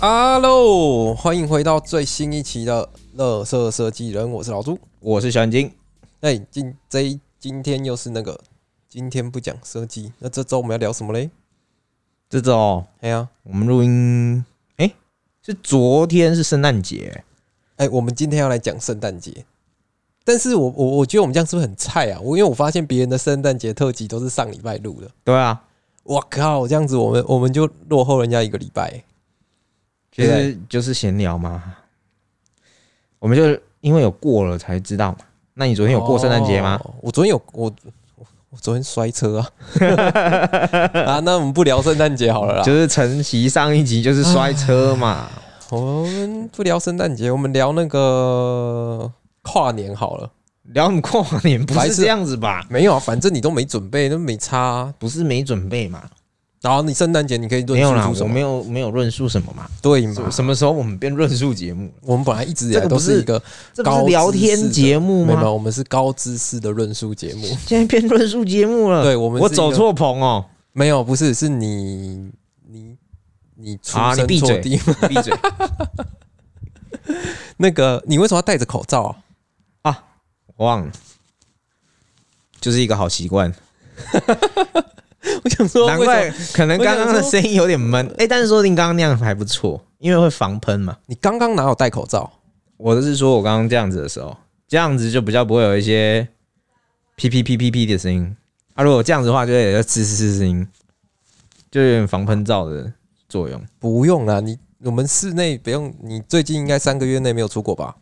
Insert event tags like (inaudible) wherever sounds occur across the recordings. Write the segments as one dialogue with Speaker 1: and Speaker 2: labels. Speaker 1: 哈喽，欢迎回到最新一期的《乐色设计人》，我是老朱。
Speaker 2: 我是小眼睛，
Speaker 1: 哎、今这一今天又是那个，今天不讲设计，那这周我们要聊什么嘞？
Speaker 2: 这周哦
Speaker 1: 哎呀，
Speaker 2: 我们录音，哎、是昨天是圣诞节，
Speaker 1: 哎、我们今天要来讲圣诞节，但是我我我觉得我们这样是不是很菜啊？我因为我发现别人的圣诞节特辑都是上礼拜录的，
Speaker 2: 对啊，
Speaker 1: 我靠，这样子我们我们就落后人家一个礼拜。
Speaker 2: 其实就是闲聊嘛，我们就因为有过了才知道嘛。那你昨天有过圣诞节吗？
Speaker 1: 哦？我昨天有我我我昨天摔车啊！ (laughs) 啊，那我们不聊圣诞节好了啦
Speaker 2: 就，是晨曦上一集就是摔车嘛，
Speaker 1: 我们不聊圣诞节，我们聊那个跨年好了。
Speaker 2: 聊你跨年不
Speaker 1: 白
Speaker 2: 是
Speaker 1: 痴
Speaker 2: 这样子吧？
Speaker 1: 没有啊，反正你都没准备，都没差、啊。
Speaker 2: 不是没准备嘛？
Speaker 1: 然后你圣诞节你可以
Speaker 2: 没有
Speaker 1: 论
Speaker 2: 啦
Speaker 1: 述出，什
Speaker 2: 我
Speaker 1: 么？
Speaker 2: 没有没有论述什么嘛。
Speaker 1: 对嘛？
Speaker 2: 什么时候我们变论述节目了？
Speaker 1: 我们本来一直以来
Speaker 2: 这个
Speaker 1: 都
Speaker 2: 不是
Speaker 1: 一个
Speaker 2: 这不是聊天节目
Speaker 1: 没有，没
Speaker 2: 吗？
Speaker 1: 有我们是高知识的论述节
Speaker 2: (laughs)
Speaker 1: 目。
Speaker 2: 现在变论述节目了。
Speaker 1: 对我们
Speaker 2: 嗯我
Speaker 1: 是一个
Speaker 2: 走错棚哦。
Speaker 1: 没有，不是，是你你你出
Speaker 2: 啊你
Speaker 1: 生
Speaker 2: 闭
Speaker 1: 错
Speaker 2: 嘴
Speaker 1: 地方。 (laughs)
Speaker 2: 闭嘴。
Speaker 1: 那个你为什么要戴着口罩啊？ (laughs)
Speaker 2: 我忘了，就是一个好习惯。
Speaker 1: (laughs) 我想说，
Speaker 2: 难
Speaker 1: 为什
Speaker 2: 怪
Speaker 1: 么
Speaker 2: 可能刚刚
Speaker 1: 我想
Speaker 2: 的
Speaker 1: 说
Speaker 2: 声音有点闷，哎、但是说不定刚刚那样还不错，因为会防喷嘛。
Speaker 1: 你刚刚哪有戴口罩？
Speaker 2: 我就是说我刚刚这样子的时候，这样子就比较不会有一些噼噼噼噼噼的声音。啊，如果这样子的话，就会有吱吱吱声音，就有点防喷罩的作用。
Speaker 1: 不用啦，你我们室内不用。你最近应该三个月内没有出国吧？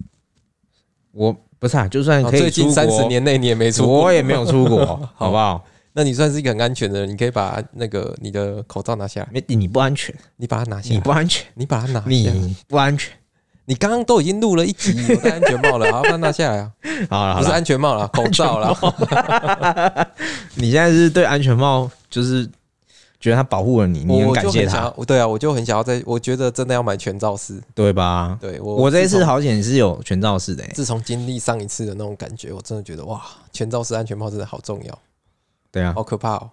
Speaker 2: 我不是啊，就算
Speaker 1: 啊
Speaker 2: 可以
Speaker 1: 最
Speaker 2: 出
Speaker 1: 近
Speaker 2: 国，
Speaker 1: 三十年内你也没出国，
Speaker 2: 我也没有出
Speaker 1: (laughs)
Speaker 2: 国，好不好？
Speaker 1: 那你算是一个很安全的人，你可以把那个你的口罩拿下来，
Speaker 2: 没你不安全，
Speaker 1: 你把它拿下
Speaker 2: 你
Speaker 1: 来，
Speaker 2: 不安全，
Speaker 1: 你把它拿下来。
Speaker 2: 你不安全。
Speaker 1: 你刚刚都已经录了一集有戴安全帽了，好，把它拿下
Speaker 2: (laughs)
Speaker 1: 来啊，
Speaker 2: 好了好
Speaker 1: 不是
Speaker 2: 了，
Speaker 1: 安全
Speaker 2: (laughs)
Speaker 1: 帽啦，口罩啦。
Speaker 2: 你现在是对安全帽就是觉得它保护了你，你
Speaker 1: 我
Speaker 2: 很
Speaker 1: 我
Speaker 2: 感
Speaker 1: 就
Speaker 2: 谢
Speaker 1: 很想
Speaker 2: 它，
Speaker 1: 要，对啊，我就很想要在，我觉得真的要买全罩式。
Speaker 2: 对吧？
Speaker 1: 对我，
Speaker 2: 我这一
Speaker 1: 自
Speaker 2: 次
Speaker 1: 从
Speaker 2: 好险是有全罩式的、欸，
Speaker 1: 自从经历上一次的那种感觉，我真的觉得哇，全罩式安全帽真的好重要，
Speaker 2: 对啊
Speaker 1: 好，可怕哦。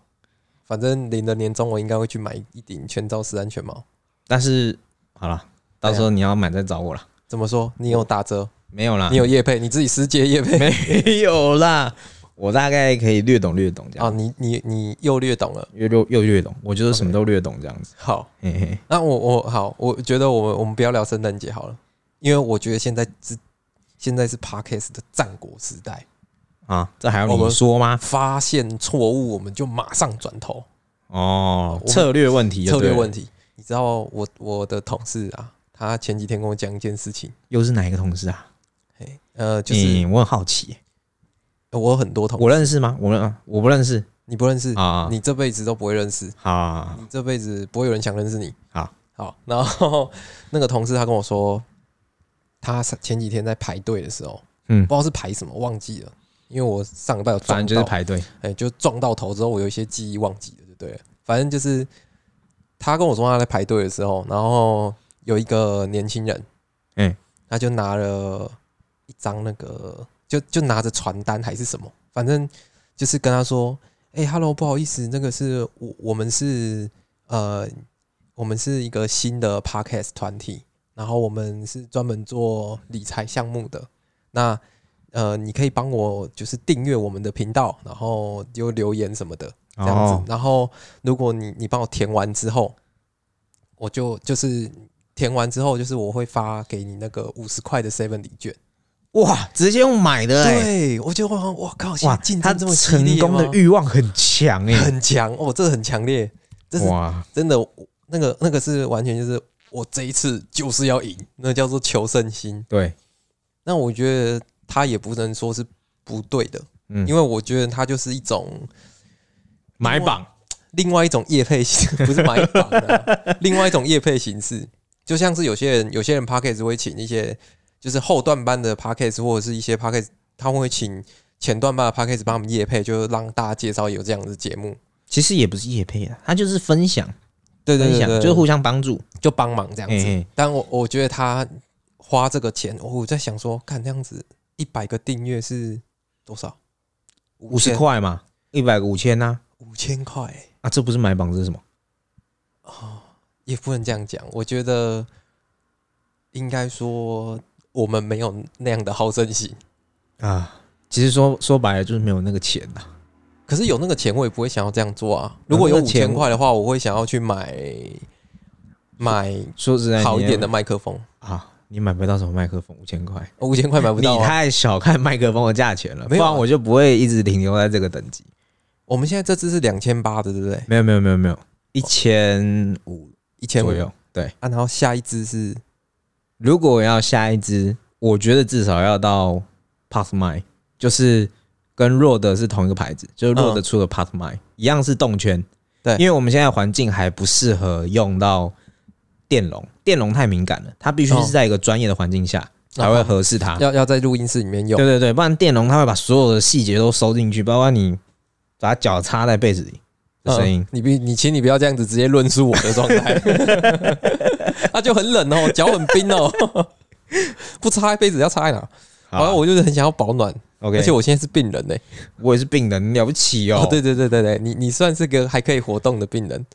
Speaker 1: 反正领了年终，我应该会去买一顶全罩式安全帽。
Speaker 2: 但是好了，
Speaker 1: 啊
Speaker 2: 到时候你要买再找我啦。
Speaker 1: 怎么说？你有打折，
Speaker 2: 没有啦，
Speaker 1: 你有业配，你自己私接业配
Speaker 2: 啊没有啦？我大概可以略懂略懂这
Speaker 1: 啊？
Speaker 2: 样，
Speaker 1: 你你你又略懂了。
Speaker 2: 略略又略懂，我就是什么都略懂这样子。
Speaker 1: 好，
Speaker 2: 嘿嘿，
Speaker 1: 那我我好，我觉得我们我们不要聊圣诞节好了，因为我觉得现在是现在是 podcast 的战国时代，
Speaker 2: 啊，这还要
Speaker 1: 我们
Speaker 2: 你说吗？
Speaker 1: 发现错误我们就马上转头，
Speaker 2: 哦
Speaker 1: 我，们
Speaker 2: 策略问题，
Speaker 1: 策略问
Speaker 2: 题，
Speaker 1: 题。你知道我我的同事啊，他前几天跟我讲一件事情，
Speaker 2: 又是哪一个同事啊？
Speaker 1: 嘿，呃，就
Speaker 2: 就是是我很好奇，
Speaker 1: 呃我有很多同
Speaker 2: 我认识吗？我认我不认识
Speaker 1: 你不认识，
Speaker 2: 啊。
Speaker 1: 你这辈子都不会认识，
Speaker 2: 好，
Speaker 1: 你这辈子不会有人想认识你。
Speaker 2: 好，
Speaker 1: 好，然后那个同事他跟我说，他前几天在排队的时候，
Speaker 2: 嗯
Speaker 1: 不知道是排什么忘记了，因为我上礼拜有
Speaker 2: 反
Speaker 1: 撞
Speaker 2: 正
Speaker 1: 到，
Speaker 2: 就是排队。
Speaker 1: 哎、就撞到头之后，我有一些记忆忘记了，就对了。反正就是他跟我说他在排队的时候，然后有一个年轻人，
Speaker 2: 嗯，
Speaker 1: 他就拿了一张那个，就就拿着传单还是什么，反正就是跟他说：“哎、h e l l o 不好意思，那个是我我们是呃，我们是一个新的 podcast 团体，然后我们是专门做理财项目的。那呃，你可以帮我就是订阅我们的频道，然后有留言什么的这样子。
Speaker 2: 哦
Speaker 1: 然后如果你你帮我填完之后，我就就是填完之后，就是我会发给你那个五十块的 seven 礼券。
Speaker 2: 哇，直接用买的哎、
Speaker 1: 对，我就哇，我靠，现
Speaker 2: 哇
Speaker 1: 在竞，
Speaker 2: 他
Speaker 1: 争这么激
Speaker 2: 成
Speaker 1: 烈
Speaker 2: 功的
Speaker 1: 吗
Speaker 2: 欲望很强哎、
Speaker 1: 很强哦，这个很强烈，这是
Speaker 2: 哇，
Speaker 1: 真的，我那个那个是完全就是我这一次就是要赢，那叫做求胜心。
Speaker 2: 对，
Speaker 1: 那我觉得他也不能说是不对的，
Speaker 2: 嗯
Speaker 1: 因为我觉得他就是一种
Speaker 2: 买榜
Speaker 1: 另外一种业配形， (laughs) 不是买榜、啊，另外一种业配形式，就像是有些人有些人 p a c k a g e 会请一些就是后段班的 p a c k a g e 或者是一些 p a c k a g e 他们会请前段班的 p a c k a g e 帮他们业配，就是让大家介绍有这样的节目，
Speaker 2: 其实也不是业配啊，他就是分享，
Speaker 1: 对对
Speaker 2: 分
Speaker 1: 对
Speaker 2: 享
Speaker 1: 对，
Speaker 2: 就是互相帮助。
Speaker 1: 就帮忙这样子。
Speaker 2: 嘿嘿
Speaker 1: 但我我觉得他花这个钱，我我在想说，看这样子一百个订阅是多少？
Speaker 2: 五十块嘛，一百个五千啊呐，
Speaker 1: 五千块欸，
Speaker 2: 啊，这不是买榜这是什么？
Speaker 1: 也不能这样讲。我觉得应该说我们没有那样的好胜心，
Speaker 2: 啊。其实说说白了就是没有那个钱啊呐、
Speaker 1: 可是有那个钱，我也不会想要这样做啊。如果有
Speaker 2: 有那
Speaker 1: 五
Speaker 2: 个钱
Speaker 1: 千块的话，我会想要去买买
Speaker 2: 说实在，
Speaker 1: 好一点的
Speaker 2: 你
Speaker 1: 麦克风。
Speaker 2: 啊，你买不到什么麦克风，五千块，
Speaker 1: 五千块买不
Speaker 2: 你
Speaker 1: 到、啊，
Speaker 2: 太小看麦克风的价钱了，不
Speaker 1: 没有啊
Speaker 2: 然我就不会一直停留在这个等级。
Speaker 1: 我们现在这支是两千八的，对不对？
Speaker 2: 没有没有没有没有，一千五
Speaker 1: 一千五
Speaker 2: 左右。对，
Speaker 1: 啊，然后下一支是
Speaker 2: 如果我要下一支，我觉得至少要到 Pass My，就是跟 Rode 是同一个牌子，就是
Speaker 1: 嗯
Speaker 2: Rode 出的 Pass My、一样是动圈。
Speaker 1: 对
Speaker 2: 因为我们现在环境还不适合用到电容，电容太敏感了，它必须
Speaker 1: 哦
Speaker 2: 是在一个专业的环境下、才会合适它。
Speaker 1: 要要在录音室里面用嗯
Speaker 2: 对，对对，不然电容它会把所有的细节都收进去，包括你把脚插在被子里的声音
Speaker 1: 嗯。你别，你请你不要这样子直接论述我的状态， (laughs) 那就很冷哦，脚很冰哦， (laughs) 不擦杯子要擦在哪？
Speaker 2: 好
Speaker 1: 好
Speaker 2: 啊
Speaker 1: 了，我就是很想要保暖，
Speaker 2: OK，
Speaker 1: 哦而且我现在是病人呢。欸
Speaker 2: 我也是病人，了不起哦。
Speaker 1: 哦，对对对对对，你你算是个还可以活动的病人，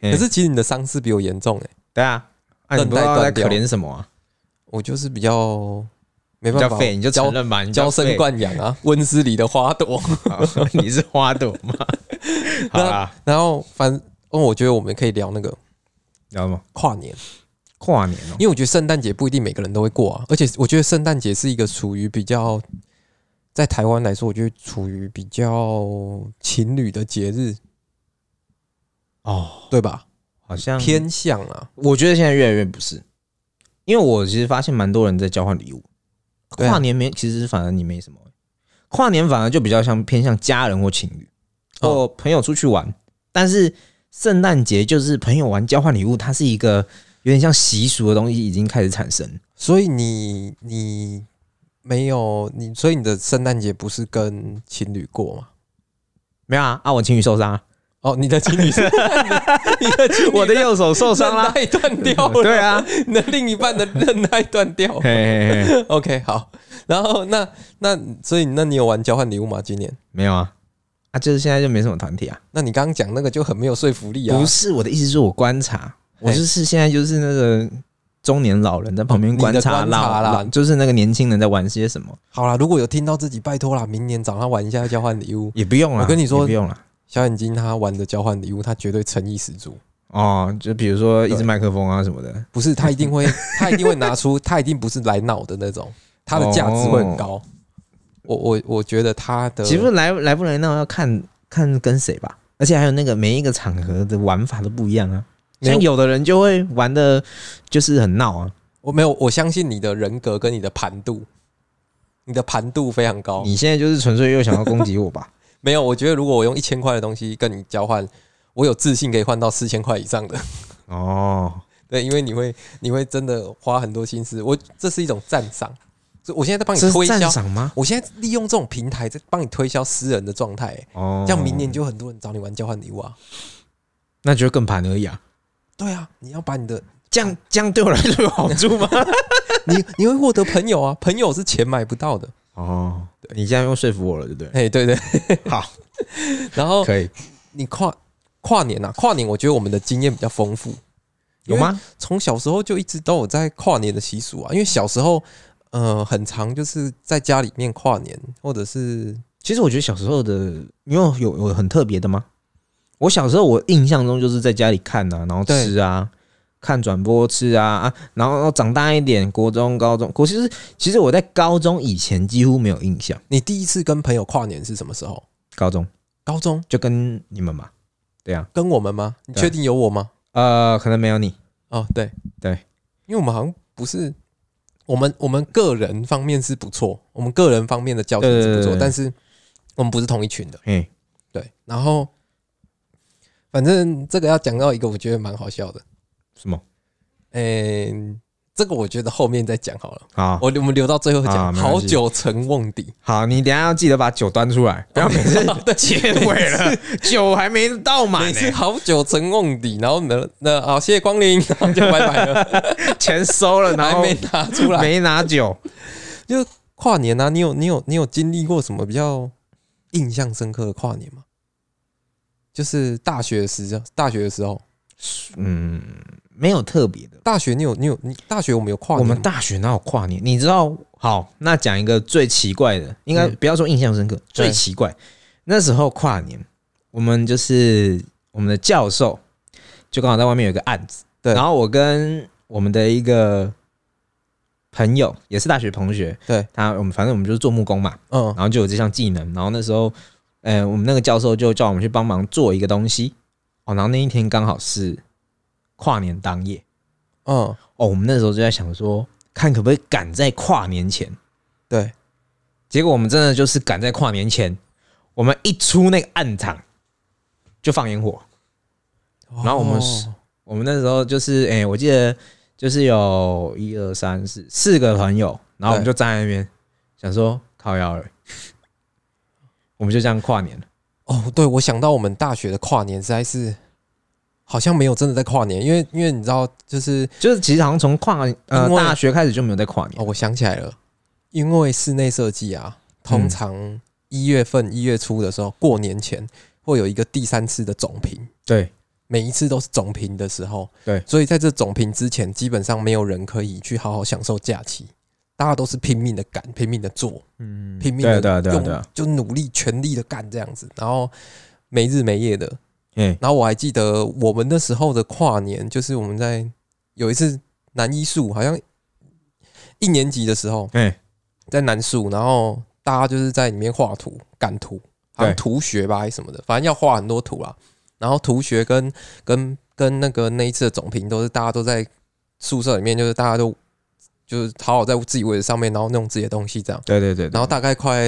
Speaker 2: 嗯
Speaker 1: 可是其实你的伤势比我严重哎，
Speaker 2: 对啊，啊你
Speaker 1: 韧
Speaker 2: 不
Speaker 1: 带
Speaker 2: 知道在
Speaker 1: 断掉
Speaker 2: 可怜什么啊？
Speaker 1: 我就是比较没
Speaker 2: 比
Speaker 1: 办
Speaker 2: 较
Speaker 1: 法，
Speaker 2: 废，你就承
Speaker 1: 娇
Speaker 2: 认吧，你比较
Speaker 1: 娇生
Speaker 2: 废
Speaker 1: 惯养
Speaker 2: (laughs)
Speaker 1: 啊，温室里的花朵。
Speaker 2: 好 (laughs) 你是花朵 (laughs) 吗？好啦，
Speaker 1: 然后反正哦我觉得我们可以聊那个
Speaker 2: 聊什么？
Speaker 1: 跨年。
Speaker 2: 嗯跨年哦、
Speaker 1: 因为我觉得圣诞节不一定每个人都会过啊，而且我觉得圣诞节是一个处于比较，在台湾来说，我觉得处于比较情侣的节日，
Speaker 2: 哦，
Speaker 1: 对吧？
Speaker 2: 好像
Speaker 1: 偏向啊，
Speaker 2: 我觉得现在越来越不是，因为我其实发现蛮多人在交换礼物。
Speaker 1: 对啊
Speaker 2: 跨年没，其实反而你没什么、跨年反而就比较像偏向家人或情侣或朋友出去玩，但是圣诞节就是朋友玩交换礼物，它是一个有点像习俗的东西已经开始产生。
Speaker 1: 所以你你没有你，所以你的圣诞节不是跟情侣过吗？
Speaker 2: 没有啊，啊，我情侣受伤啊，
Speaker 1: 哦，你的情侣是你的情侣
Speaker 2: (laughs) 我的右手受伤
Speaker 1: 韧
Speaker 2: 啦，
Speaker 1: 带断掉了，
Speaker 2: 对啊，
Speaker 1: 你的另一半的韧带断掉了。
Speaker 2: (laughs) 嘿嘿嘿，
Speaker 1: OK，好，然后那那所以那你有玩交换礼物吗？今年？
Speaker 2: 没有啊，啊，就是现在就没什么团体啊。
Speaker 1: 那你刚刚讲那个就很没有说服力啊！
Speaker 2: 不是我的意思，是我观察，我就是现在就是那个中年老人在旁边观察
Speaker 1: 你的观察
Speaker 2: 老
Speaker 1: 啦
Speaker 2: 老就是那个年轻人在玩些什么，
Speaker 1: 好啦，如果有听到自己，拜托啦，明年找他玩一下交换礼物。
Speaker 2: 也不用了。
Speaker 1: 我跟你说
Speaker 2: 也不用了。
Speaker 1: 小眼睛他玩的交换礼物，他绝对诚意十足。
Speaker 2: 哦，就比如说一支
Speaker 1: 对
Speaker 2: 麦克风啊什么的，
Speaker 1: 不是，他一
Speaker 2: (laughs)
Speaker 1: 定会，他一定会拿出，他一定不是来闹的那种，他的价值会很高。我我我觉得他的
Speaker 2: 哦其实来来不来那要看看跟谁吧，而且还有那个每一个场合的玩法都不一样啊。
Speaker 1: 没有
Speaker 2: 像有的人就会玩的，就是很闹啊。
Speaker 1: 我没有，我相信你的人格跟你的盘度，你的盘度非常高。
Speaker 2: 你现在就是纯粹又想要攻击
Speaker 1: (laughs)
Speaker 2: 我吧？
Speaker 1: 没有，我觉得如果我用一千块的东西跟你交换，我有自信可以换到四千块以上的。 (laughs)
Speaker 2: 哦，
Speaker 1: 对，因为你会你会真的花很多心思，我这是一种赞赏。所以我现在在帮你
Speaker 2: 这
Speaker 1: 推
Speaker 2: 是赞
Speaker 1: 销，
Speaker 2: 赏吗？
Speaker 1: 我现在利用这种平台在帮你推销私人的状态、欸
Speaker 2: 哦
Speaker 1: 这，样明年就很多人找你玩交换礼物啊。
Speaker 2: 那就更盘而已啊。
Speaker 1: 对啊，你要把你的 (laughs)
Speaker 2: 这样这样对我来说有好处 (laughs) 吗？
Speaker 1: 你你会获得朋友啊，朋友是钱买不到的。
Speaker 2: 哦，你这样又说服我了，对不对？
Speaker 1: 哎，对对，
Speaker 2: 好，
Speaker 1: (laughs) 然后
Speaker 2: 可以
Speaker 1: 你跨跨年啊，跨年我觉得我们的经验比较丰富，
Speaker 2: 有吗？
Speaker 1: 从小时候就一直都有在跨年的习俗啊，因为小时候呃很常就是在家里面跨年，或者是
Speaker 2: 其实我觉得小时候的，你有有有很特别的吗？我小时候我印象中就是在家里看啊，然后吃啊，看转播吃啊啊，然后长大一点，国中、高中，我其实其实我在高中以前几乎没有印象，
Speaker 1: 你第一次跟朋友跨年是什么时候？
Speaker 2: 高中
Speaker 1: 高中
Speaker 2: 就跟你们吧，对啊，
Speaker 1: 跟我们吗？你
Speaker 2: 对
Speaker 1: 确定有我吗？
Speaker 2: 呃，可能没有你，
Speaker 1: 哦，对
Speaker 2: 对，
Speaker 1: 因为我们好像不是我们我们个人方面是不错，我们个人方面的交情
Speaker 2: 对对
Speaker 1: 是不错
Speaker 2: 对，对
Speaker 1: 但是我们不是同一群的。
Speaker 2: 嘿，
Speaker 1: 对，然后反正这个要讲到一个我觉得蛮好笑的，
Speaker 2: 什么
Speaker 1: 嗯、这个我觉得后面再讲好了，
Speaker 2: 好
Speaker 1: 我我们留到最后
Speaker 2: 啊
Speaker 1: 讲。
Speaker 2: 没关
Speaker 1: 好
Speaker 2: 系
Speaker 1: 酒成瓮底，
Speaker 2: 好，你等一下要记得把酒端出来，不要每 (laughs) 次结尾了， (laughs) 酒还啊没倒满欸
Speaker 1: 每
Speaker 2: 呢、
Speaker 1: 次好酒成瓮底，然后呢那好谢谢光临，然后就拜拜了，
Speaker 2: (laughs) 钱收了， (laughs) 然
Speaker 1: 还
Speaker 2: 后
Speaker 1: 没拿出来。
Speaker 2: 没拿酒。
Speaker 1: 跨年啊，你有你有你有经历过什么比较印象深刻的跨年吗？就是大学的时候，大学的时候，
Speaker 2: 嗯，没有特别的。
Speaker 1: 大学你有你有你大学我们有跨
Speaker 2: 我
Speaker 1: 年吗，
Speaker 2: 们大学哪有跨年？你知道？好，那讲一个最奇怪的，应该
Speaker 1: 嗯
Speaker 2: 不要说印象深刻，
Speaker 1: 对
Speaker 2: 最奇怪。那时候跨年，我们就是我们的教授，就刚好在外面有一个案子。
Speaker 1: 对
Speaker 2: 然后我跟我们的一个朋友，也是大学同学，
Speaker 1: 对
Speaker 2: 他，我们反正我们就是做木工嘛，
Speaker 1: 嗯
Speaker 2: 然后就有这项技能。然后那时候，呃，我们那个教授就叫我们去帮忙做一个东西。哦，然后那一天刚好是跨年当夜，
Speaker 1: 嗯
Speaker 2: 哦，我们那时候就在想说，看可不可以赶在跨年前。
Speaker 1: 对，
Speaker 2: 结果我们真的就是赶在跨年前，我们一出那个暗场就放烟火。
Speaker 1: 然
Speaker 2: 后我们是
Speaker 1: 哦
Speaker 2: 我们那时候就是，哎、我记得就是有一二三四四个朋友，然后我们就站在那边想说靠腰了， (laughs) 我们就这样跨年了。
Speaker 1: 哦，对，我想到我们大学的跨年实在是好像没有真的在跨年，因为因为你知道，就是
Speaker 2: 就是其实好像从跨呃
Speaker 1: 因为
Speaker 2: 大学开始就没有在跨年，
Speaker 1: 哦，我想起来了，因为室内设计啊，通常一月份一月初的时候，过年前会有一个第三次的总评，
Speaker 2: 对
Speaker 1: 每一次都是总评的时候，
Speaker 2: 对
Speaker 1: 所以在这总评之前，基本上没有人可以去好好享受假期，大家都是拼命的赶，拼命的做，
Speaker 2: 嗯
Speaker 1: 拼命
Speaker 2: 对
Speaker 1: 的
Speaker 2: 啊对啊对啊对啊，
Speaker 1: 就努力全力的干这样子，然后没日没夜的，
Speaker 2: 哎
Speaker 1: 然后我还记得我们那时候的跨年，就是我们在有一次南一树，好像一年级的时候，
Speaker 2: 哎
Speaker 1: 在南树，然后大家就是在里面画图、赶图，好像
Speaker 2: 对
Speaker 1: 图学吧还是什么的，反正要画很多图啦。然后图学跟跟跟那个那一次的总评都是大家都在宿舍里面，就是大家都就是好好在自己位置上面，然后弄自己的东西这样。
Speaker 2: 对对对，对
Speaker 1: 然后大概快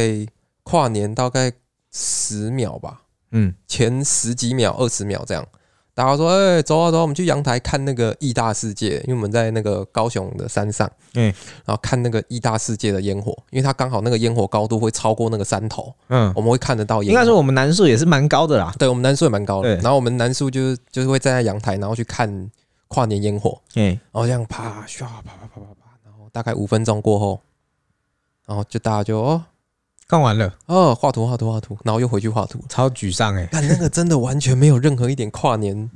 Speaker 1: 跨年大概十秒吧，
Speaker 2: 嗯
Speaker 1: 前十几秒、二十秒这样。大家说：“哎、走啊走啊，我们去阳台看那个义大世界，因为我们在那个高雄的山上，
Speaker 2: 嗯
Speaker 1: 然后看那个义大世界的烟火，因为它刚好那个烟火高度会超过那个山头，
Speaker 2: 嗯，
Speaker 1: 我们会看得到烟火。
Speaker 2: 应该说我们南数也是蛮高的啦，
Speaker 1: 对我们南树也蛮高的，
Speaker 2: 对
Speaker 1: 然后我们南树就是就是会站在阳台，然后去看跨年烟火，
Speaker 2: 哎
Speaker 1: 然后这样啪唰啪啪啪啪啪，然后大概五分钟过后，然后就大家就哦
Speaker 2: 看完了，
Speaker 1: 哦画图画图画图，然后又回去画图了。
Speaker 2: 超沮丧
Speaker 1: (laughs)
Speaker 2: 哎、
Speaker 1: 但那个真的完全没有任何一点跨年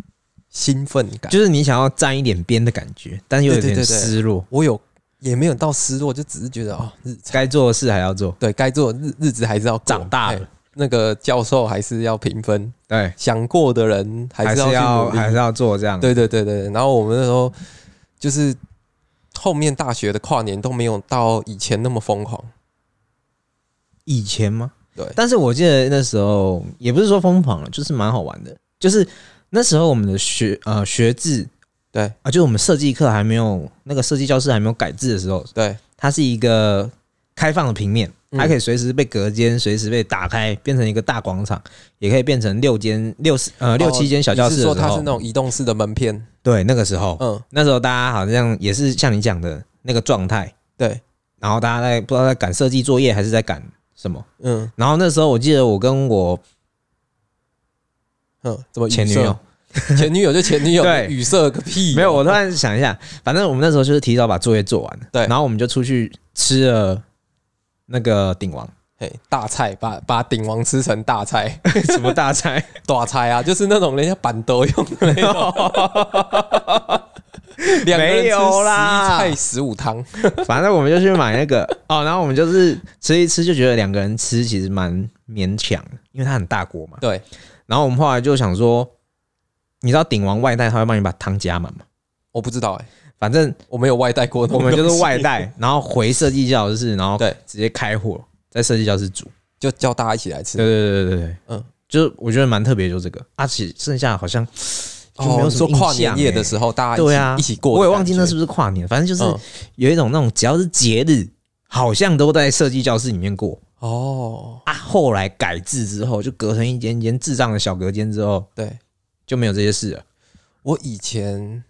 Speaker 1: 兴奋感，
Speaker 2: 就是你想要沾一点边的感觉，但又有
Speaker 1: 对对对对
Speaker 2: 点失落。
Speaker 1: 我有也没有到失落，就只是觉得哦，日常
Speaker 2: 该做的事还要做，
Speaker 1: 对该做的日日子还是要过
Speaker 2: 长大了
Speaker 1: 哎那个教授还是要评分，
Speaker 2: 对，
Speaker 1: 想过的人哎还
Speaker 2: 还
Speaker 1: 是要
Speaker 2: 是要
Speaker 1: 去努
Speaker 2: 还
Speaker 1: 力。
Speaker 2: 是要做这样。
Speaker 1: 对对对对，对然后我们那时候就是后面大学的跨年都没有到以前那么疯狂，
Speaker 2: 以前吗？
Speaker 1: 对
Speaker 2: 但是我记得那时候也不是说疯狂了，就是蛮好玩的。就是那时候我们的学呃学制
Speaker 1: 对
Speaker 2: 啊，就是我们设计课还没有那个设计教室还没有改制的时候，
Speaker 1: 对
Speaker 2: 它是一个开放的平面，
Speaker 1: 嗯
Speaker 2: 它可以随时被隔间，随时被打开，变成一个大广场，也可以变成六间六四呃六七间小教室
Speaker 1: 哦嗯你是
Speaker 2: 的时候。
Speaker 1: 说它是那种移动式的门片？
Speaker 2: 对那个时候，
Speaker 1: 嗯，
Speaker 2: 那时候大家好像也是像你讲的那个状态，
Speaker 1: 对，
Speaker 2: 然后大家在不知道在赶设计作业还是在赶什么。
Speaker 1: 嗯
Speaker 2: 然后那时候我记得我跟我
Speaker 1: 嗯，怎么语塞
Speaker 2: 前女友，
Speaker 1: (laughs) 前女友就前女友，
Speaker 2: 对
Speaker 1: 语塞个屁哦、
Speaker 2: 没有，我突然想一下，反正我们那时候就是提早把作业做完了，
Speaker 1: 对
Speaker 2: 然后我们就出去吃了那个鼎王 (laughs)
Speaker 1: 嘿，大菜把把鼎王吃成大菜， (laughs)
Speaker 2: 什么大菜，
Speaker 1: 大菜啊，就是那种人家板凳用的那种。两个人
Speaker 2: (laughs) 没
Speaker 1: 吃
Speaker 2: 有啦
Speaker 1: 十一菜十五汤，
Speaker 2: 反正我们就去买那个 (laughs) 哦，然后我们就是吃一吃，就觉得两个人吃其实蛮勉强的，因为它很大锅嘛。
Speaker 1: 对，
Speaker 2: 然后我们后来就想说，你知道鼎王外带他会帮你把汤加满吗？
Speaker 1: 我不知道哎、
Speaker 2: 反正
Speaker 1: 我没有外带过那
Speaker 2: 我
Speaker 1: 种
Speaker 2: 们就
Speaker 1: 东
Speaker 2: 是
Speaker 1: 西
Speaker 2: 外， (laughs) 带，然后回设计教室，然后
Speaker 1: 对
Speaker 2: 直接开火在设计教室煮。
Speaker 1: (laughs) 就叫大家一起来吃
Speaker 2: 对。对对对对，
Speaker 1: 嗯
Speaker 2: 嗯，就是我觉得蛮特别，就这个。而且剩下好像就没
Speaker 1: 哦，
Speaker 2: 有
Speaker 1: 你
Speaker 2: 什
Speaker 1: 说
Speaker 2: 么印象
Speaker 1: 跨年夜的时候，大家一起
Speaker 2: 对啊
Speaker 1: 一起过的感
Speaker 2: 我
Speaker 1: 觉，
Speaker 2: 也忘记那是不是跨年，反正就是
Speaker 1: 嗯
Speaker 2: 有一种那种只要是节日，好像都在设计教室里面过
Speaker 1: 哦，
Speaker 2: 啊。后来改制之后，就隔成一间间智障的小隔间之后，
Speaker 1: 对
Speaker 2: 就没有这些事了。
Speaker 1: 我以前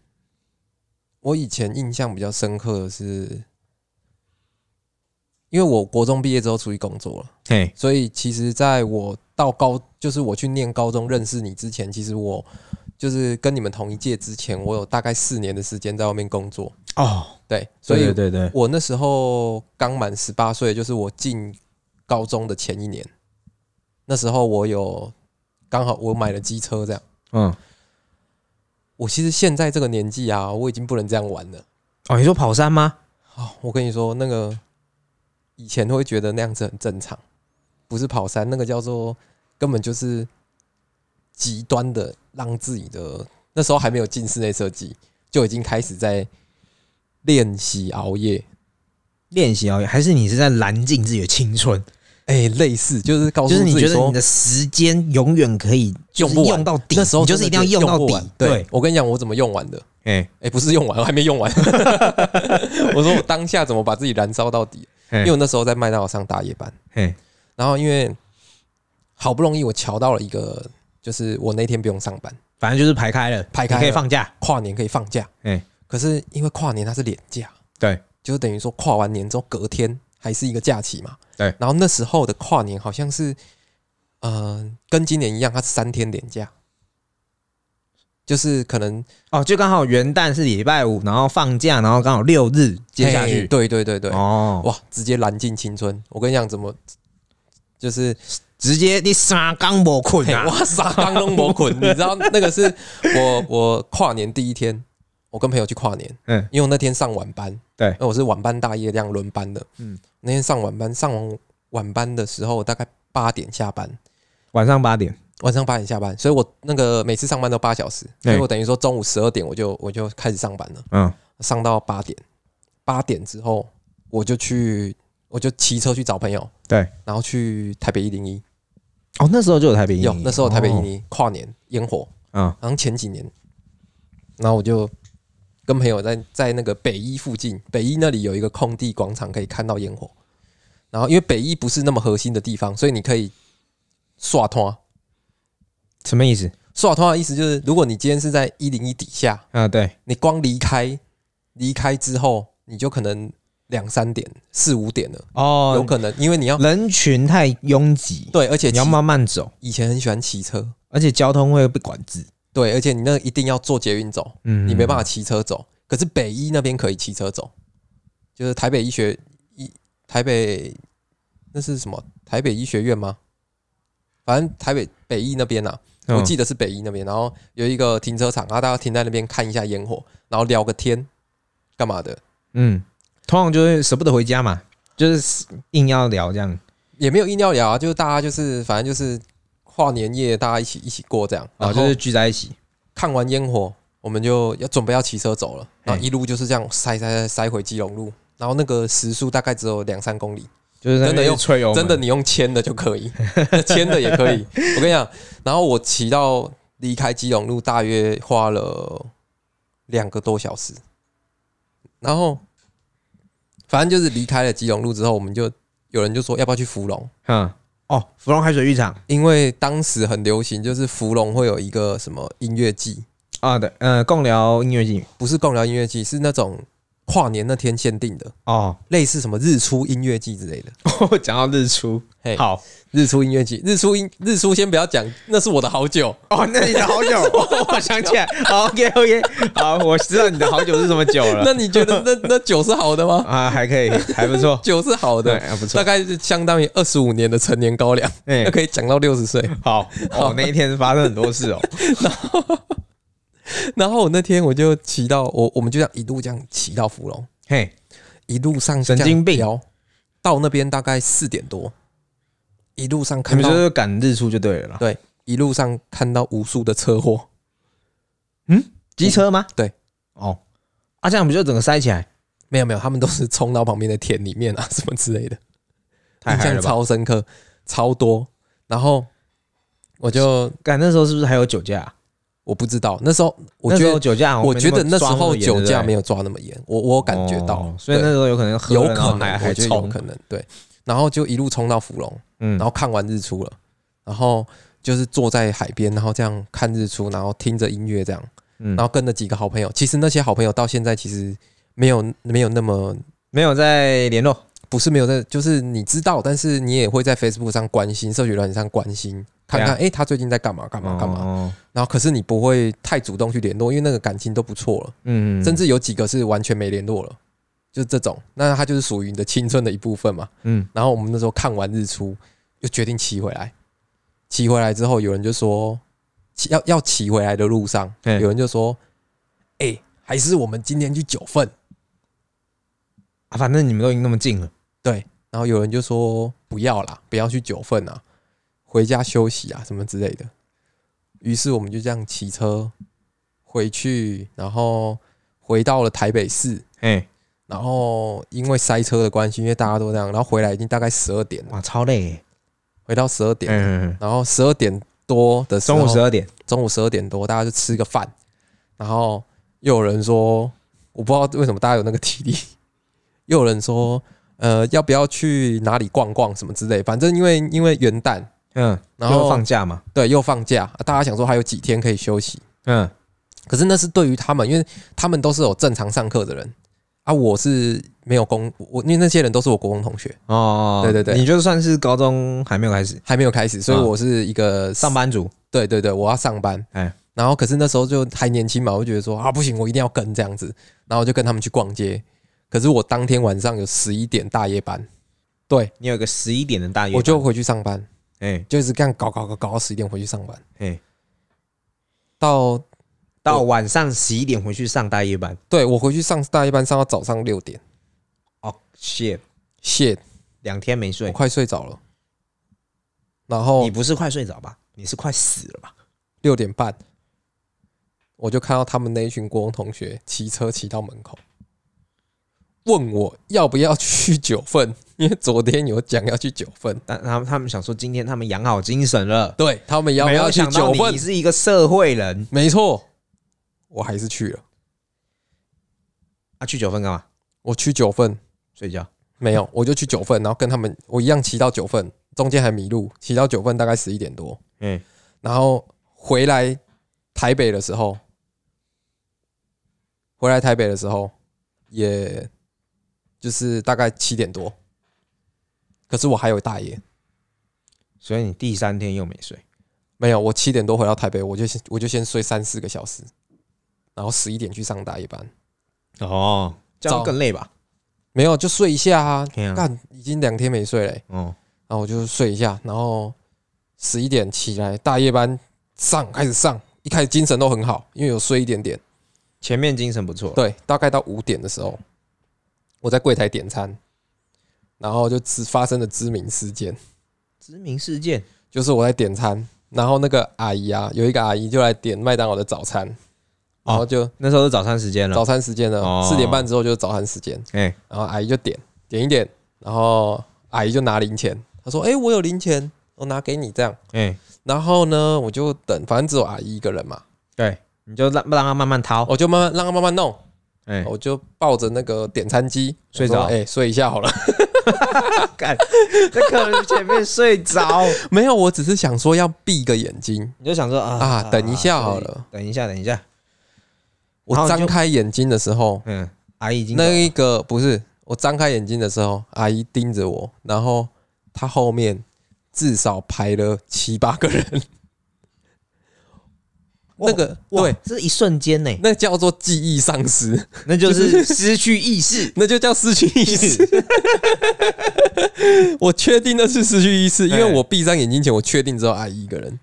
Speaker 1: 我以前印象比较深刻的是，因为我国中毕业之后出去工作了。
Speaker 2: 嘿，
Speaker 1: 所以其实在我到高，就是我去念高中认识你之前，其实我就是跟你们同一届之前，我有大概四年的时间在外面工作。
Speaker 2: 哦，
Speaker 1: 对，所
Speaker 2: 对
Speaker 1: 以
Speaker 2: 对对对，
Speaker 1: 我那时候刚满十八岁，就是我进高中的前一年。那时候我有刚好我买了机车，这样
Speaker 2: 嗯，
Speaker 1: 我其实现在这个年纪啊，我已经不能这样玩了。
Speaker 2: 哦，你说跑山吗？
Speaker 1: 哦，我跟你说，那个以前会觉得那样子很正常，不是跑山，那个叫做根本就是极端的让自己的那时候还没有进室内设计，就已经开始在练习熬夜。
Speaker 2: 练习熬夜，还是你是在燃尽自己的青春？
Speaker 1: 哎、类似就是告诉
Speaker 2: 就是
Speaker 1: 哦自
Speaker 2: 你
Speaker 1: 己
Speaker 2: 觉得
Speaker 1: 说
Speaker 2: 你，的时间永远可以就是
Speaker 1: 用不完
Speaker 2: 用到底，
Speaker 1: 那时候
Speaker 2: 你就是一
Speaker 1: 真的
Speaker 2: 定要用到
Speaker 1: 不
Speaker 2: 底
Speaker 1: 完。对，我跟你讲，我怎么用完的？
Speaker 2: 哎
Speaker 1: 哎、不是用完，我还没用完。 (laughs) 我说我当下怎么把自己燃烧到底？
Speaker 2: 哎
Speaker 1: 因为我那时候在麦当劳上大夜班，
Speaker 2: 哎
Speaker 1: 然后因为好不容易我瞧到了一个，就是我那天不用上班，
Speaker 2: 反正就是排开了，
Speaker 1: 排开了
Speaker 2: 你可以放假。
Speaker 1: 跨年可以放假。
Speaker 2: 哎
Speaker 1: 可是因为跨年它是连假，
Speaker 2: 对，
Speaker 1: 就等于说跨完年之后隔天还是一个假期嘛。
Speaker 2: 对
Speaker 1: 然后那时候的跨年好像是，嗯、跟今年一样，它是三天连假，就是可能
Speaker 2: 哦，就刚好元旦是礼拜五，然后放假，然后刚好六日接下
Speaker 1: 嘿
Speaker 2: 去。
Speaker 1: 对对对对，
Speaker 2: 哦，
Speaker 1: 哇，直接燃尽青春！我跟你讲，怎么就是
Speaker 2: 直接你三刚没困
Speaker 1: 嘿 (laughs)
Speaker 2: 啊！
Speaker 1: 哇傻刚龙魔捆，你知道那个是
Speaker 2: (laughs)
Speaker 1: 我我跨年第一天，我跟朋友去跨年，
Speaker 2: 嗯，
Speaker 1: 因为我那天上晚班，
Speaker 2: 对
Speaker 1: 因为我是晚班大夜这样轮班的，
Speaker 2: 嗯
Speaker 1: 嗯，那天上晚班，上完晚班的时候大概八点下班，
Speaker 2: 晚上八点，
Speaker 1: 晚上八点下班，所以我那个每次上班都八小时，所以我等于说中午十二点我就我就开始上班了，
Speaker 2: 嗯，
Speaker 1: 上到八点，八点之后我就去我就骑车去找朋友，
Speaker 2: 对。
Speaker 1: 然后去台北一零一，
Speaker 2: 哦，那时候就有台北一零一
Speaker 1: 有那时候台北一零
Speaker 2: 哦
Speaker 1: 一跨年烟火，
Speaker 2: 嗯，
Speaker 1: 好像前几年，然后我就跟朋友在在那个北一附近，北一那里有一个空地广场可以看到烟火。然后因为北一不是那么核心的地方，所以你可以刷通啊。
Speaker 2: 什么意思？
Speaker 1: 刷通啊的意思就是，如果你今天是在一零一底下，
Speaker 2: 啊，对，
Speaker 1: 你光离开离开之后，你就可能两三点、四五点了，
Speaker 2: 哦，
Speaker 1: 有可能因为你要
Speaker 2: 人群太拥挤，
Speaker 1: 对，而且
Speaker 2: 你要
Speaker 1: 骑
Speaker 2: 慢慢走，
Speaker 1: 以前很喜欢骑车，
Speaker 2: 而且交通会被管制。
Speaker 1: 对，而且你那个一定要坐捷运走，
Speaker 2: 嗯
Speaker 1: 你没办法
Speaker 2: 法。
Speaker 1: 骑车走。可是北医那边可以骑车走，就是台北医学医台北那是什么？台北医学院吗？反正台北北医那边呐、
Speaker 2: 嗯
Speaker 1: 我记得是北医那边，然后有一个停车场，然后大家停在那边看一下烟火，然后聊个天，干嘛的？
Speaker 2: 嗯，通常就是舍不得回家嘛，就是硬要聊这样。
Speaker 1: 也没有硬要聊啊，就是大家就是反正就是跨年夜大家一起一起过这样，然
Speaker 2: 哦，
Speaker 1: 后
Speaker 2: 就是聚在一起。
Speaker 1: 看完烟火，我们就要准备要骑车走了，然后
Speaker 2: 嘿
Speaker 1: 一路就是这样塞塞塞塞回基隆路，然后那个时速大概只有两三公里，
Speaker 2: 就是在那
Speaker 1: 真的
Speaker 2: 边
Speaker 1: 用
Speaker 2: 吹油门，
Speaker 1: 真的你用牵的就可以， (laughs) 牵的也可以。我跟你讲，然后我骑到离开基隆路大约花了两个多小时，然后反正就是离开了基隆路之后，我们就有人就说要不要去芙蓉，
Speaker 2: 嗯，哦，芙蓉海水浴场
Speaker 1: 因为当时很流行，就是芙蓉会有一个什么音乐季，
Speaker 2: 啊，对，呃，共聊音乐季
Speaker 1: 不是共聊音乐季，是那种跨年那天限定的，
Speaker 2: 哦。 (laughs)
Speaker 1: 类似什么日出音乐季之类的。
Speaker 2: 讲到日出，
Speaker 1: 嘿，
Speaker 2: 好
Speaker 1: 日出音乐季，日出音日出先不要讲，那是我的好酒。
Speaker 2: 哦，那你的
Speaker 1: (laughs)
Speaker 2: 好久，我我想起来，OK OK，好，我知道你的好久是什么酒了
Speaker 1: 那你觉得那那酒是好的
Speaker 2: (laughs)
Speaker 1: 吗？
Speaker 2: 啊，还
Speaker 1: (laughs)
Speaker 2: 可以，还不错，
Speaker 1: 酒是好
Speaker 2: 对，
Speaker 1: 的，
Speaker 2: 还不
Speaker 1: 大
Speaker 2: 错，
Speaker 1: 概是相当于二十五年的成年高粱，
Speaker 2: 哎
Speaker 1: 那，可以讲到六十岁。
Speaker 2: 好，哦，那一天发生很
Speaker 1: (laughs)
Speaker 2: 多事哦，
Speaker 1: 然后我那天我就骑到我，我们就这样一路这样骑到芙蓉，
Speaker 2: 嘿，
Speaker 1: 一路上
Speaker 2: 神经病
Speaker 1: 这样飙，到那边大概四点多，一路上
Speaker 2: 你
Speaker 1: 看
Speaker 2: 们就
Speaker 1: 到
Speaker 2: 是赶日出就对了啦，
Speaker 1: 对，一路上看到无数的车祸，
Speaker 2: 机车吗？
Speaker 1: 对，
Speaker 2: 哦，啊，这样不就整个塞起来？
Speaker 1: 没有没有，他们都是冲到旁边的田里面啊，什 (laughs) 么之类的，
Speaker 2: 太
Speaker 1: 印
Speaker 2: 嗨了
Speaker 1: 象
Speaker 2: 吧！
Speaker 1: 超深刻，超多。然后我就
Speaker 2: 赶那时候是不是还有酒驾啊？
Speaker 1: 我不知道，那时候我
Speaker 2: 那
Speaker 1: 觉
Speaker 2: 时候
Speaker 1: 得
Speaker 2: 酒驾，
Speaker 1: 我觉得那时候酒驾没
Speaker 2: 有
Speaker 1: 有抓那么严，我我有感觉到，
Speaker 2: 哦所以那
Speaker 1: 对
Speaker 2: 时候有可能喝
Speaker 1: 有
Speaker 2: 了然后
Speaker 1: 可
Speaker 2: 还
Speaker 1: 能，
Speaker 2: 还
Speaker 1: 我觉得有
Speaker 2: 冲
Speaker 1: 可能对。然后就一路冲到芙蓉，
Speaker 2: 嗯
Speaker 1: 然后看完日出了，然后就是坐在海边，然后这样看日出，然后听着音乐这样，
Speaker 2: 嗯
Speaker 1: 然后跟着几个好朋友。其实那些好朋友到现在其实没有没有那么
Speaker 2: 没有再联络。
Speaker 1: 不是没有在，就是你知道，但是你也会在 Facebook 上关心，社群软件上关心，看看
Speaker 2: 对啊哦
Speaker 1: 哎、诶他最近在干嘛干嘛干嘛。
Speaker 2: 嘛？
Speaker 1: 然后可是你不会太主动去联络，因为那个感情都不错了，
Speaker 2: 嗯，
Speaker 1: 甚至有几个是完全没联络了，就是这种，那他就是属于你的青春的一部分嘛。
Speaker 2: 嗯，
Speaker 1: 然后我们那时候看完日出，就决定骑回来。骑回来之后，有人就说，骑要要骑回来的路上，
Speaker 2: 嗯
Speaker 1: 有人就说，还是我们今天去九份？
Speaker 2: 啊，反正你们都已经那么近了，
Speaker 1: 对，然后有人就说不要啦，不要去九份啊，回家休息啊，什么之类的。于是我们就这样骑车回去，然后回到了台北市。
Speaker 2: 嘿，
Speaker 1: 然后因为塞车的关系，因为大家都这样，然后回来已经大概十二点了，
Speaker 2: 哇，超累耶，
Speaker 1: 回到十二点，
Speaker 2: 嗯，嗯嗯
Speaker 1: 然后十二点多的时候，
Speaker 2: 中午十二点，
Speaker 1: 中午十二点多，大家就吃个饭，然后又有人说，我不知道为什么大家有那个体力， (laughs) 又有人说，呃，要不要去哪里逛逛什么之类，反正因为因为元旦，
Speaker 2: 嗯，
Speaker 1: 然后
Speaker 2: 又放假嘛，
Speaker 1: 对，又放假，啊大家想说还有几天可以休息，
Speaker 2: 嗯，
Speaker 1: 可是那是对于他们，因为他们都是有正常上课的人啊，我是没有公，我因为那些人都是我国中同学，
Speaker 2: 哦，
Speaker 1: 对对对
Speaker 2: 你就算是高中还没有开始，
Speaker 1: 还没有开始，
Speaker 2: 啊
Speaker 1: 所以我是一个
Speaker 2: 上班族，
Speaker 1: 对对对，我要上班。
Speaker 2: 哎
Speaker 1: 然后可是那时候就还年轻嘛，我就觉得说啊不行，我一定要跟这样子，然后就跟他们去逛街。可是我当天晚上有十一点大夜班，对
Speaker 2: 你有一个十一点的大夜班，
Speaker 1: 我就回去上班，
Speaker 2: 哎
Speaker 1: 就一直干搞搞搞搞到十一点回去上班，
Speaker 2: 哎，
Speaker 1: 到
Speaker 2: 到晚上十一点回去上大夜班，
Speaker 1: 对我回去上大夜班上到早上六点，
Speaker 2: 哦，shit，
Speaker 1: 谢，
Speaker 2: 两天没
Speaker 1: 我
Speaker 2: 睡，
Speaker 1: 快睡着了。然后
Speaker 2: 你不是快睡着吧？你是快死了吧？
Speaker 1: 六点半，我就看到他们那一群国中同学骑车骑到门口，问我要不要去九份，因为昨天有讲要去九份，
Speaker 2: 但他们他们想说，今天他们养好精神了，
Speaker 1: 对他们要不
Speaker 2: 没
Speaker 1: 要
Speaker 2: 有
Speaker 1: 去
Speaker 2: 想到
Speaker 1: 九
Speaker 2: 你
Speaker 1: 份？
Speaker 2: 是一个社会人
Speaker 1: 没错，我还是去了。
Speaker 2: 啊，去九份干嘛？
Speaker 1: 我去九份
Speaker 2: 睡觉。
Speaker 1: 没有，我就去九份，然后跟他们我一样骑到九份，中间还迷路，骑到九份大概十一点多，
Speaker 2: 嗯，
Speaker 1: 然后回来台北的时候，回来台北的时候，也就是大概七点多。可是我还有大夜，
Speaker 2: 所以你第三天又没睡，
Speaker 1: 没有，我七点多回到台北，我就先我就先睡三四个小时，然后十一点去上大夜班，
Speaker 2: 哦，这样
Speaker 1: 早
Speaker 2: 更累吧？
Speaker 1: 没有就睡一下啊，
Speaker 2: 天啊，
Speaker 1: 干已经两天没睡嘞、
Speaker 2: 哦，
Speaker 1: 然后我就睡一下，然后十一点起来，大夜班上开始上，一开始精神都很好，因为有睡一点点。
Speaker 2: 前面精神不错，
Speaker 1: 对，大概到五点的时候，我在柜台点餐，然后就知发生了知名事件，
Speaker 2: 知名事件，
Speaker 1: 就是我在点餐，然后那个阿姨啊，有一个阿姨就来点麦当劳的早餐，然后就
Speaker 2: 那时候是早餐时间了
Speaker 1: 早，餐时间了，
Speaker 2: 哦
Speaker 1: 四点半之后就是早餐时间，
Speaker 2: 哎，
Speaker 1: 然后阿姨就点点一点，然后阿姨就拿零钱，她说：“哎、我有零钱，我拿给你这样。”
Speaker 2: 哎，
Speaker 1: 然后呢，我就等，反正只有阿姨一个人嘛，
Speaker 2: 对，你就让让他慢慢掏，
Speaker 1: 我就慢慢让她慢慢弄，
Speaker 2: 哦哎，
Speaker 1: 我就抱着那个点餐机
Speaker 2: 睡着
Speaker 1: 我说哎、睡一下好了。
Speaker 2: 干，在客人前面睡着，
Speaker 1: 没有，我只是想说要闭个眼睛，
Speaker 2: (laughs) 你就想说啊
Speaker 1: 啊等一下好了，
Speaker 2: 等一下，等一下，然
Speaker 1: 我
Speaker 2: 后你就
Speaker 1: 张开眼睛的时候，
Speaker 2: 嗯，阿姨已经
Speaker 1: 那一个不是我张开眼睛的时候，阿姨盯着我，然后她后面至少排了七八个人。 (laughs)
Speaker 2: 哇
Speaker 1: 那个
Speaker 2: 哇
Speaker 1: 对，
Speaker 2: 这是一瞬间呢，
Speaker 1: 那叫做记忆丧失， (laughs)
Speaker 2: 那就是失去意识，
Speaker 1: 那就叫失去意识。 (laughs) 我确定那是失去意识，因为
Speaker 2: 哎
Speaker 1: 我闭上眼睛前，我确定只有阿姨一个人。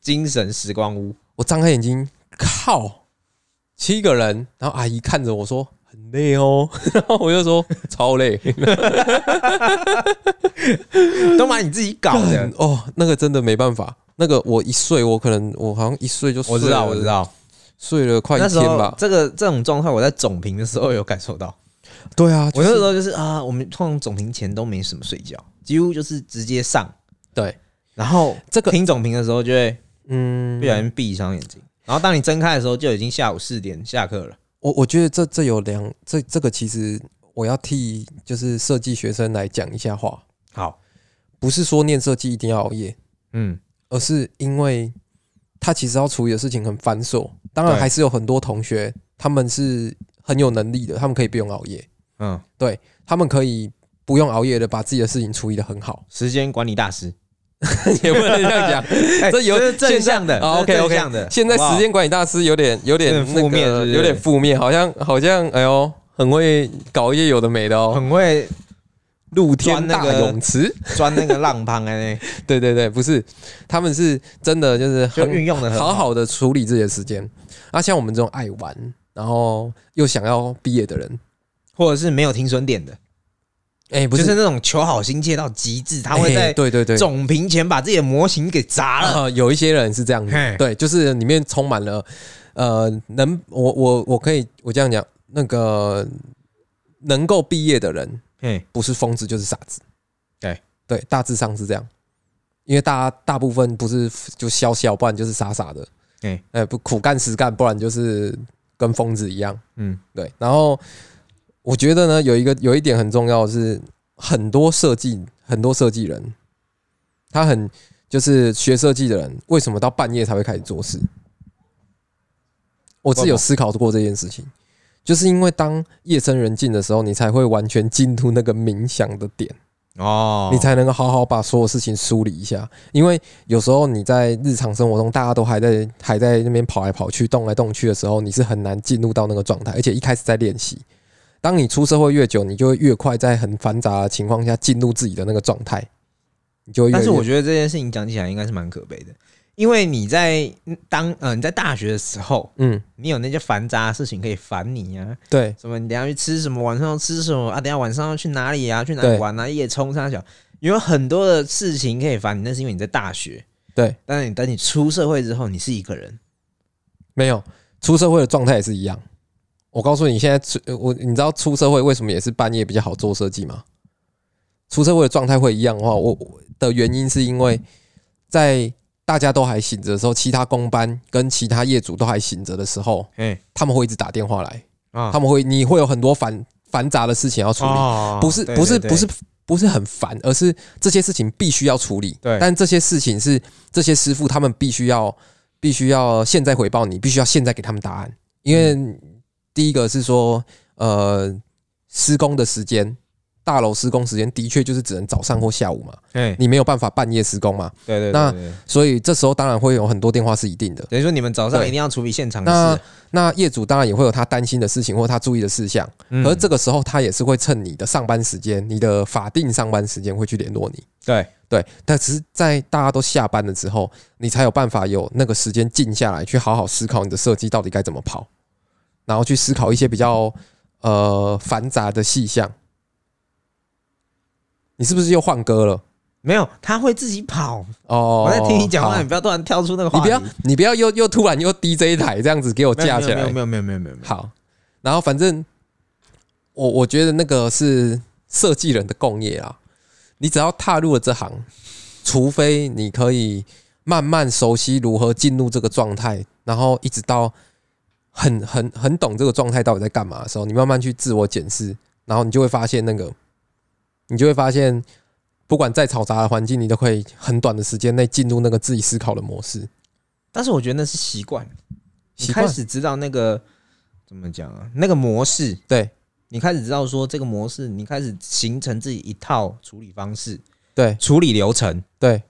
Speaker 2: 精神时光屋，
Speaker 1: 我张开眼睛，靠，七个人，然后阿姨看着我说很累哦， (laughs) 然后我就说超
Speaker 2: (laughs)
Speaker 1: 累，
Speaker 2: 都把你自己搞的
Speaker 1: 干，哦，那个真的没办法，那个我一睡，我可能我好像一睡就睡
Speaker 2: 我知道，
Speaker 1: 了
Speaker 2: 我知，道，
Speaker 1: 睡了快一
Speaker 2: 那时
Speaker 1: 天
Speaker 2: 候
Speaker 1: 吧，
Speaker 2: 这个这种状态，我在总评的时候有感受到。
Speaker 1: 对啊，就
Speaker 2: 我那时
Speaker 1: 是
Speaker 2: 候就是啊，我们通常总评前都没什么睡觉，几乎就是直接上，
Speaker 1: 对，
Speaker 2: 然后
Speaker 1: 这个
Speaker 2: 听总评的时候就会
Speaker 1: 嗯
Speaker 2: 不，小心闭上眼睛，然后当你睁开的时候就已经下午四点下课了。
Speaker 1: 我我觉得这这有两，这这个其实我要替就是设计学生来讲一下话，
Speaker 2: 好，
Speaker 1: 不是说念设计一定要熬夜，
Speaker 2: 嗯，
Speaker 1: 而是因为他其实要处理的事情很繁琐。当然，
Speaker 2: 对
Speaker 1: 还是有很多同学他们是很有能力的，他们可以不用熬夜，
Speaker 2: 嗯，，
Speaker 1: 他们可以不用熬夜的把自己的事情处理的很好
Speaker 2: (laughs) 时间管理大师，
Speaker 1: 也不能这样
Speaker 2: (laughs)
Speaker 1: 讲。
Speaker 2: 哎
Speaker 1: 这有
Speaker 2: 是正向的
Speaker 1: 啊
Speaker 2: 这是
Speaker 1: OK，OK
Speaker 2: 正向的。
Speaker 1: 现在
Speaker 2: 好不好
Speaker 1: 时间管理大师有点有点
Speaker 2: 有点
Speaker 1: 那
Speaker 2: 负面
Speaker 1: 个
Speaker 2: 是不是
Speaker 1: 有点负面，好像好像哎呦，很会搞一些有的没的哦。
Speaker 2: 很会
Speaker 1: 露天
Speaker 2: 钻那
Speaker 1: 大
Speaker 2: 个
Speaker 1: 泳池，
Speaker 2: 钻那个浪帮哎，
Speaker 1: 对对对，不是，他们是真的就是
Speaker 2: 就
Speaker 1: 很 (laughs)
Speaker 2: 运用的很
Speaker 1: 好好的处理自己的时间。啊，像我们这种爱玩，然后又想要毕业的人，
Speaker 2: 或者是没有停损点的，
Speaker 1: 哎、不，
Speaker 2: 就是是那种求好心切到极致，他会
Speaker 1: 哎
Speaker 2: 在
Speaker 1: 对对对，
Speaker 2: 总评前把自己的模型给砸了。
Speaker 1: 呃，有一些人是这样子
Speaker 2: 嘿，
Speaker 1: 对，就是里面充满了呃，能我我我可以我这样讲，那个能够毕业的人
Speaker 2: 嘿，
Speaker 1: 不是疯子就是傻子，
Speaker 2: 对
Speaker 1: 对，大致上是这样，因为大家大部分不是就笑笑，不然就是傻傻的，
Speaker 2: 对
Speaker 1: 哎、不苦干实干，不然就是跟疯子一样，
Speaker 2: 嗯，
Speaker 1: 对，然后我觉得呢，有一个有一点很重要的是，很多设计很多设计人，他很就是学设计的人，为什么到半夜才会开始做事？我自己有思考过这件事情，就是因为当夜深人静的时候，你才会完全进入那个冥想的点。
Speaker 2: 哦，
Speaker 1: 你才能够好好把所有事情梳理一下。因为有时候你在日常生活中，大家都还在还在那边跑来跑去、动来动去的时候，你是很难进入到那个状态，而且一开始在练习。当你出社会越久，你就会越快在很繁杂的情况下进入自己的那个状态，你就会越
Speaker 2: 但是我
Speaker 1: 越
Speaker 2: 觉得这件事情讲起来应该是蛮可悲的，因为你在当呃你在大学的时候，
Speaker 1: 嗯，
Speaker 2: 你有那些繁杂的事情可以烦你啊，
Speaker 1: 对
Speaker 2: 什么你等一下去吃什么，晚上要吃什么啊，等一下晚上要去哪里啊，去哪里
Speaker 1: 对
Speaker 2: 玩啊，夜冲三小，你有很多的事情可以烦你，那是因为你在大学，
Speaker 1: 对，
Speaker 2: 但是你等你出社会之后，你是一个人，
Speaker 1: 没有出社会的状态也是一样。我告诉你，现在出我你知道出社会为什么也是半夜比较好做设计吗？出社会的状态会一样的话，我我的原因是因为在大家都还醒着的时候，其他工班跟其他业主都还醒着的时候，
Speaker 2: 哎
Speaker 1: 他们会一直打电话来，
Speaker 2: 啊
Speaker 1: 他们会你会有很多繁繁杂的事情要处理，
Speaker 2: 哦
Speaker 1: 不是
Speaker 2: 对
Speaker 1: 不是
Speaker 2: 对
Speaker 1: 不是不是很烦，而是这些事情必须要处理。
Speaker 2: 对
Speaker 1: 但这些事情是这些师傅他们必须要必须要现在回报你，必须要现在给他们答案，因
Speaker 2: 嗯
Speaker 1: 为第一个是说呃施工的时间。大楼施工时间的确就是只能早上或下午嘛，
Speaker 2: 对
Speaker 1: 你没有办法半夜施工嘛，
Speaker 2: 对对，
Speaker 1: 那
Speaker 2: 对对对
Speaker 1: 所以这时候当然会有很多电话是一定的。
Speaker 2: 等于说你们早上
Speaker 1: 对
Speaker 2: 一定要处理现场的
Speaker 1: 那
Speaker 2: 事，
Speaker 1: 那业主当然也会有他担心的事情或他注意的事项，
Speaker 2: 嗯
Speaker 1: 而这个时候他也是会趁你的上班时间、你的法定上班时间会去联络你。
Speaker 2: 对
Speaker 1: 对，但只是在大家都下班了之后，你才有办法有那个时间静下来，去好好思考你的设计到底该怎么跑，然后去思考一些比较呃繁杂的细项。你是不是又换歌了？
Speaker 2: 没有他会自己跑，
Speaker 1: 哦，
Speaker 2: 我在听你讲话，
Speaker 1: 好
Speaker 2: 你不要突然跳出那个话
Speaker 1: 你
Speaker 2: 题，
Speaker 1: 不要，你不要又又突然又 DJ 台这样子给我架起来
Speaker 2: 没。有没有没有没有没有没有没有，
Speaker 1: 好，然后反正我我觉得那个是设计人的共业啊。你只要踏入了这行，除非你可以慢慢熟悉如何进入这个状态，然后一直到很很很懂这个状态到底在干嘛的时候，你慢慢去自我检视，然后你就会发现那个，你就会发现，不管再嘈杂的环境，你都可以很短的时间内进入那个自己思考的模式。
Speaker 2: 但是我觉得那是习惯，你
Speaker 1: 习
Speaker 2: 开
Speaker 1: 惯
Speaker 2: 始知道那个怎么讲啊，那个模式，
Speaker 1: 对
Speaker 2: 你开始知道说这个模式，你开始形成自己一套处理方式、
Speaker 1: 对
Speaker 2: 处理流程。
Speaker 1: 对，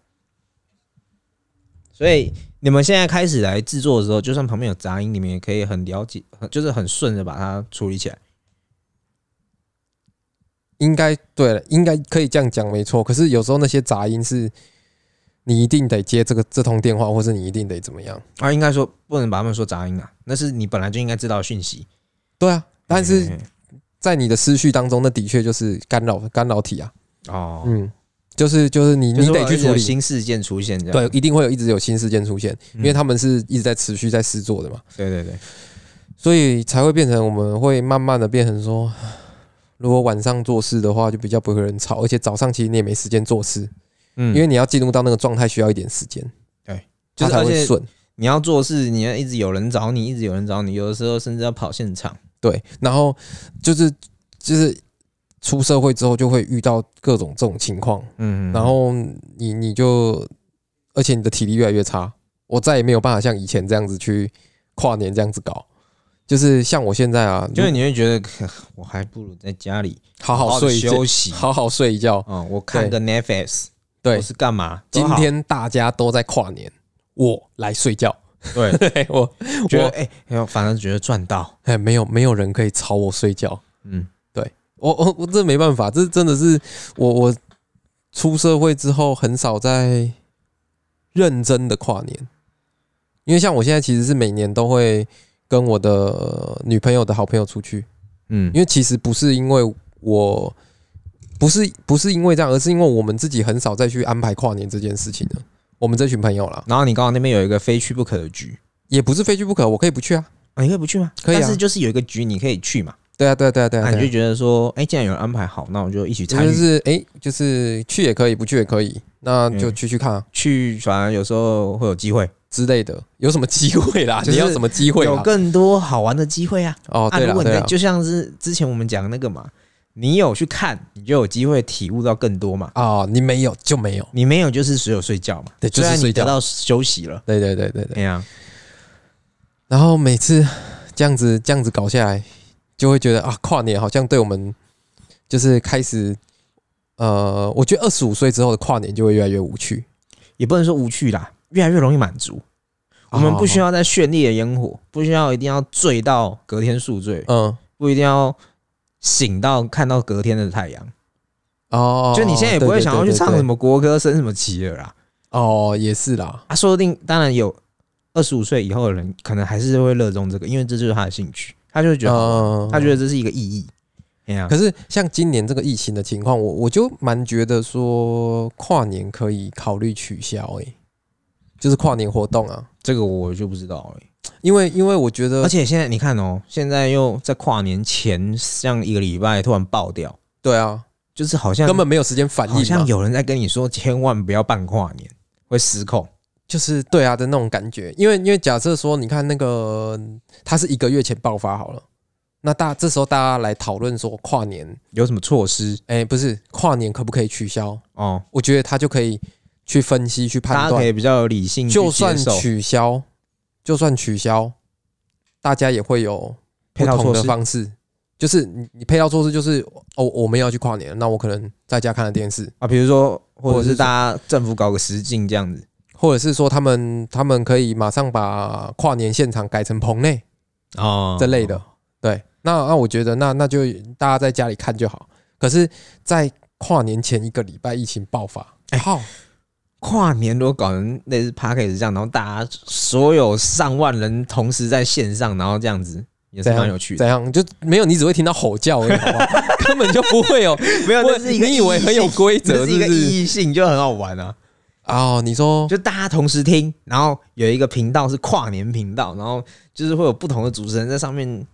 Speaker 2: 所以你们现在开始来制作的时候，就算旁边有杂音，你们也可以很了解，很就是很顺的把它处理起来。
Speaker 1: 应该对了，应该可以这样讲没错。可是有时候那些杂音是，你一定得接这个这通电话，或是你一定得怎么样？
Speaker 2: 啊，应该说不能把他们说杂音啊，那是你本来就应该知道的讯息。
Speaker 1: 对啊，但是
Speaker 2: 嗯
Speaker 1: 在你的思绪当中，那的确就是干扰干扰体啊，
Speaker 2: 哦，
Speaker 1: 嗯，就是就是你
Speaker 2: 就是
Speaker 1: 你得
Speaker 2: 会
Speaker 1: 去
Speaker 2: 一直
Speaker 1: 处
Speaker 2: 有
Speaker 1: 理，
Speaker 2: 新事件出现这样。
Speaker 1: 对，一定会有一直有新事件出现，因为
Speaker 2: 嗯
Speaker 1: 他们是一直在持续在试做的嘛，
Speaker 2: 对对对，
Speaker 1: 所以才会变成我们会慢慢的变成说， (sighs) 如果晚上做事的话，就比较不会有人吵，而且早上其实你也没时间做事，
Speaker 2: 嗯
Speaker 1: 因为你要进入到那个状态需要一点时间，
Speaker 2: 对，就
Speaker 1: 它才
Speaker 2: 是而
Speaker 1: 会
Speaker 2: 且
Speaker 1: 顺。
Speaker 2: 你要做事，你要一直有人找你，一直有人找你，有的时候甚至要跑现场。
Speaker 1: 对，然后就是就是出社会之后就会遇到各种这种情况，
Speaker 2: 嗯
Speaker 1: 然后你你就，而且你的体力越来越差，我再也没有办法像以前这样子去跨年这样子搞，就是像我现在啊，
Speaker 2: 就是你会觉得，呵我还不如在家里
Speaker 1: 好好
Speaker 2: 地
Speaker 1: 睡一觉，
Speaker 2: 休息。
Speaker 1: 好好睡一觉。
Speaker 2: 嗯，我看个 Netflix，
Speaker 1: 对
Speaker 2: 我，是干嘛？都
Speaker 1: 今
Speaker 2: 好
Speaker 1: 天大家都在跨年，我来睡觉。
Speaker 2: 对， (laughs)
Speaker 1: 对我
Speaker 2: 觉得
Speaker 1: 我
Speaker 2: 哎，哎呦反正觉得赚到。
Speaker 1: 哎，没有没有人可以吵我睡觉。
Speaker 2: 嗯，
Speaker 1: 我我我这没办法，这真的是我我出社会之后很少在认真的跨年，因为像我现在其实是每年都会跟我的女朋友的好朋友出去，
Speaker 2: 嗯
Speaker 1: 因为其实不是因为我，不是不是因为这样，而是因为我们自己很少再去安排跨年这件事情了。我们这群朋友啦，
Speaker 2: 然后你刚好那边有一个非去不可的局，
Speaker 1: 也不是非去不可，我可以不去啊。
Speaker 2: 啊、你可以不去吗？
Speaker 1: 可以啊
Speaker 2: 但是就是有一个局你可以去嘛，
Speaker 1: 对啊，对啊，对啊，对啊，
Speaker 2: 那你
Speaker 1: 对
Speaker 2: 就
Speaker 1: 啊
Speaker 2: 觉得说，哎、既然有人安排好，那我就一起参与。
Speaker 1: 就是哎、就是去也可以，不去也可以，那就
Speaker 2: 嗯
Speaker 1: 去去看啊
Speaker 2: 去，反正有时候会有机会，
Speaker 1: 之类的。有什么机会啦？
Speaker 2: (laughs) 就是
Speaker 1: 你要什么机会啊
Speaker 2: 有
Speaker 1: 啦？
Speaker 2: 更多好玩的机会啊！
Speaker 1: 哦，
Speaker 2: 啊，
Speaker 1: 对
Speaker 2: 如
Speaker 1: 了，
Speaker 2: 果你
Speaker 1: 对
Speaker 2: 在
Speaker 1: 了，
Speaker 2: 就像是之前我们讲的那个嘛，你有去看，你就有机会体悟到更多嘛。
Speaker 1: 哦，你没有就没有。
Speaker 2: 你没有就是只有睡觉嘛，
Speaker 1: 对
Speaker 2: 虽然
Speaker 1: 就是
Speaker 2: 你
Speaker 1: 睡觉
Speaker 2: 得到休息了，
Speaker 1: 对对对对对。
Speaker 2: 哎呀，
Speaker 1: 然后每次这样子这样子搞下来，就会觉得啊，跨年好像对我们就是开始，呃，我觉得二十五岁之后的跨年就会越来越无趣。
Speaker 2: 也不能说无趣啦，越来越容易满足。
Speaker 1: 哦
Speaker 2: 我们不需要再绚丽的烟火，不需要一定要醉到隔天宿醉，
Speaker 1: 嗯，
Speaker 2: 不一定要醒到看到隔天的太阳。
Speaker 1: 哦，
Speaker 2: 就你现在也不会想要去唱什
Speaker 1: 么
Speaker 2: 么国歌、升什么旗了啦。
Speaker 1: 哦，也是啦，
Speaker 2: 啊，说不定当然有二十五岁以后的人，可能还是会热衷这个，因为这就是他的兴趣，他就会觉得好玩，
Speaker 1: 嗯，
Speaker 2: 他觉得这是一个意义。哦哎呀
Speaker 1: 可，是像今年这个疫情的情况，我我就蛮觉得说跨年可以考虑取消、欸，就是跨年活动啊，
Speaker 2: 这个我就不知道了。
Speaker 1: 因为因为我觉得
Speaker 2: 而且现在你看哦，现在又在跨年前像一个礼拜突然爆掉，
Speaker 1: 对啊，
Speaker 2: 就是好像
Speaker 1: 根本没有时间反应
Speaker 2: 好像
Speaker 1: 嘛，
Speaker 2: 有人在跟你说，千万不要办跨年，会失控。
Speaker 1: 就是对啊的那种感觉。因为因为假设说，你看那个它是一个月前爆发好了，那大这时候大家来讨论说跨年，
Speaker 2: 有什么措施
Speaker 1: 哎、不是跨年可不可以取消？
Speaker 2: 哦？
Speaker 1: 我觉得他就可以去分析去
Speaker 2: 大
Speaker 1: 判
Speaker 2: 家可
Speaker 1: 断，
Speaker 2: 以比较有理性嗯去
Speaker 1: 就
Speaker 2: 接
Speaker 1: 算
Speaker 2: 受
Speaker 1: 取消，就算取消，大家也会有
Speaker 2: 配
Speaker 1: 不
Speaker 2: 套
Speaker 1: 同
Speaker 2: 措
Speaker 1: 的
Speaker 2: 施。
Speaker 1: 方式。就是你你配套措施就是哦，我们要去跨年，那我可能在家看了电视，
Speaker 2: 啊，比如说，或
Speaker 1: 或
Speaker 2: 者
Speaker 1: 者
Speaker 2: 是
Speaker 1: 是
Speaker 2: 大家政府搞个实境这样子，
Speaker 1: 或者是说他们他们可以马上把跨年现场改成棚内，
Speaker 2: 哦
Speaker 1: 这类的。对，那那我觉得那那就大家在家里看就好。可是，在跨年前一个礼拜，疫情爆发，
Speaker 2: 哎
Speaker 1: 好、
Speaker 2: 跨年如果搞成类似 p a c k a g e 这样，然后大家所有上万人同时在线上，然后这样子也是
Speaker 1: 怎样
Speaker 2: 蛮有趣的。
Speaker 1: 怎样就没有？你只会听到吼叫而已，好不 (laughs) 好？根本就不会有，
Speaker 2: (laughs) 没有，
Speaker 1: 不
Speaker 2: 这是一个
Speaker 1: 你以为很有规
Speaker 2: 这
Speaker 1: 则，是
Speaker 2: 是一
Speaker 1: 不
Speaker 2: 个
Speaker 1: 是？
Speaker 2: 意义性，就很好玩啊！
Speaker 1: 哦，你说
Speaker 2: 就大家同时听，然后有一个频道是跨年频道，然后就是会有不同的主持人在上面。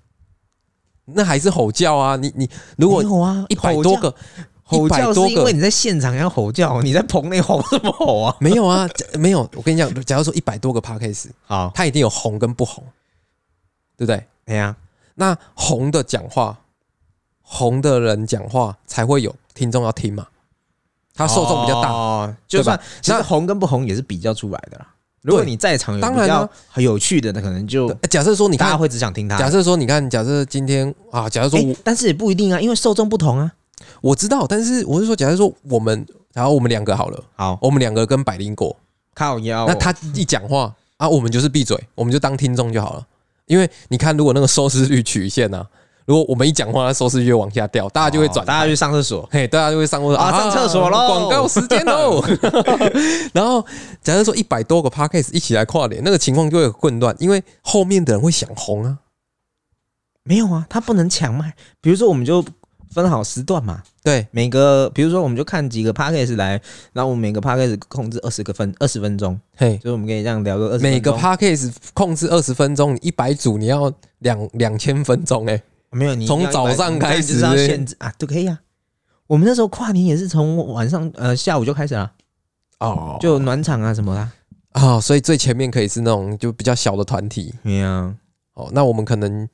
Speaker 1: 那还是吼叫啊？你你如果
Speaker 2: 没有啊，
Speaker 1: 一百
Speaker 2: 吼
Speaker 1: 多
Speaker 2: 叫
Speaker 1: 个，
Speaker 2: 吼
Speaker 1: 100
Speaker 2: 叫是
Speaker 1: 多
Speaker 2: 因
Speaker 1: 个
Speaker 2: 为你在现场要吼叫，你在棚内吼什么
Speaker 1: (laughs)
Speaker 2: 吼啊？
Speaker 1: 没有啊，假没有。我跟你讲，假如说一百多个 p a c k a s e
Speaker 2: 好，
Speaker 1: 它一定有红跟不红，对不对？
Speaker 2: 哎呀，
Speaker 1: 那红的讲话，红的人讲话才会有听众要听嘛，他受众比较大。
Speaker 2: 哦、就算那
Speaker 1: 那
Speaker 2: 红跟不红也是比较出来的啦。如果你在场有
Speaker 1: 当
Speaker 2: 比
Speaker 1: 然
Speaker 2: 较
Speaker 1: 啊
Speaker 2: 很有趣的，那可能就
Speaker 1: 呃假设说你
Speaker 2: 大家
Speaker 1: 看，
Speaker 2: 会只想听他。
Speaker 1: 假设说你看，假设今天啊，假设说
Speaker 2: 诶
Speaker 1: 我、
Speaker 2: 但是也不一定啊，因为受众不同啊。
Speaker 1: 我知道，但是我是说，假设说我们，然后我们两个好了，
Speaker 2: 好，
Speaker 1: 我们两个跟百灵果，
Speaker 2: 靠腰哦，
Speaker 1: 那他一讲话啊，我们就是闭嘴，我们就当听众就好了。因为你看，如果那个收视率曲线啊， (laughs) 如果我们一讲话，那收视率就往下掉，大家就会转台、
Speaker 2: 哦大家去上厕所。
Speaker 1: 嘿，大家就会上厕所
Speaker 2: 啊上厕所咯
Speaker 1: 广告时间
Speaker 2: (laughs)
Speaker 1: 喽。然后，假设说一百多个 podcast 一起来跨年，那个情况就会很混乱，因为后面的人会想红啊，
Speaker 2: 没有啊，他不能抢麦。比如说，我们就分好时段嘛，
Speaker 1: 对，
Speaker 2: 每个比如说我们就看几个 p a c k a g e 来，然后我们每个 p a c k a g e 控制二十个分二十分钟，
Speaker 1: 嘿，
Speaker 2: 所以我们可以这样聊个二十。哦
Speaker 1: 每个 podcast 控制二十分钟，一百组你要两两千分钟哎、
Speaker 2: 没有你
Speaker 1: 从
Speaker 2: 一定要
Speaker 1: 早上
Speaker 2: 100
Speaker 1: 开始
Speaker 2: 你看就是要限制啊，都可以啊。我们那时候跨年也是从晚上呃下午就开始了，
Speaker 1: 哦就
Speaker 2: 就暖场啊什么啦。
Speaker 1: 啊、所以最前面可以是那种就比较小的团体
Speaker 2: 对呀，
Speaker 1: 哦。那我们可能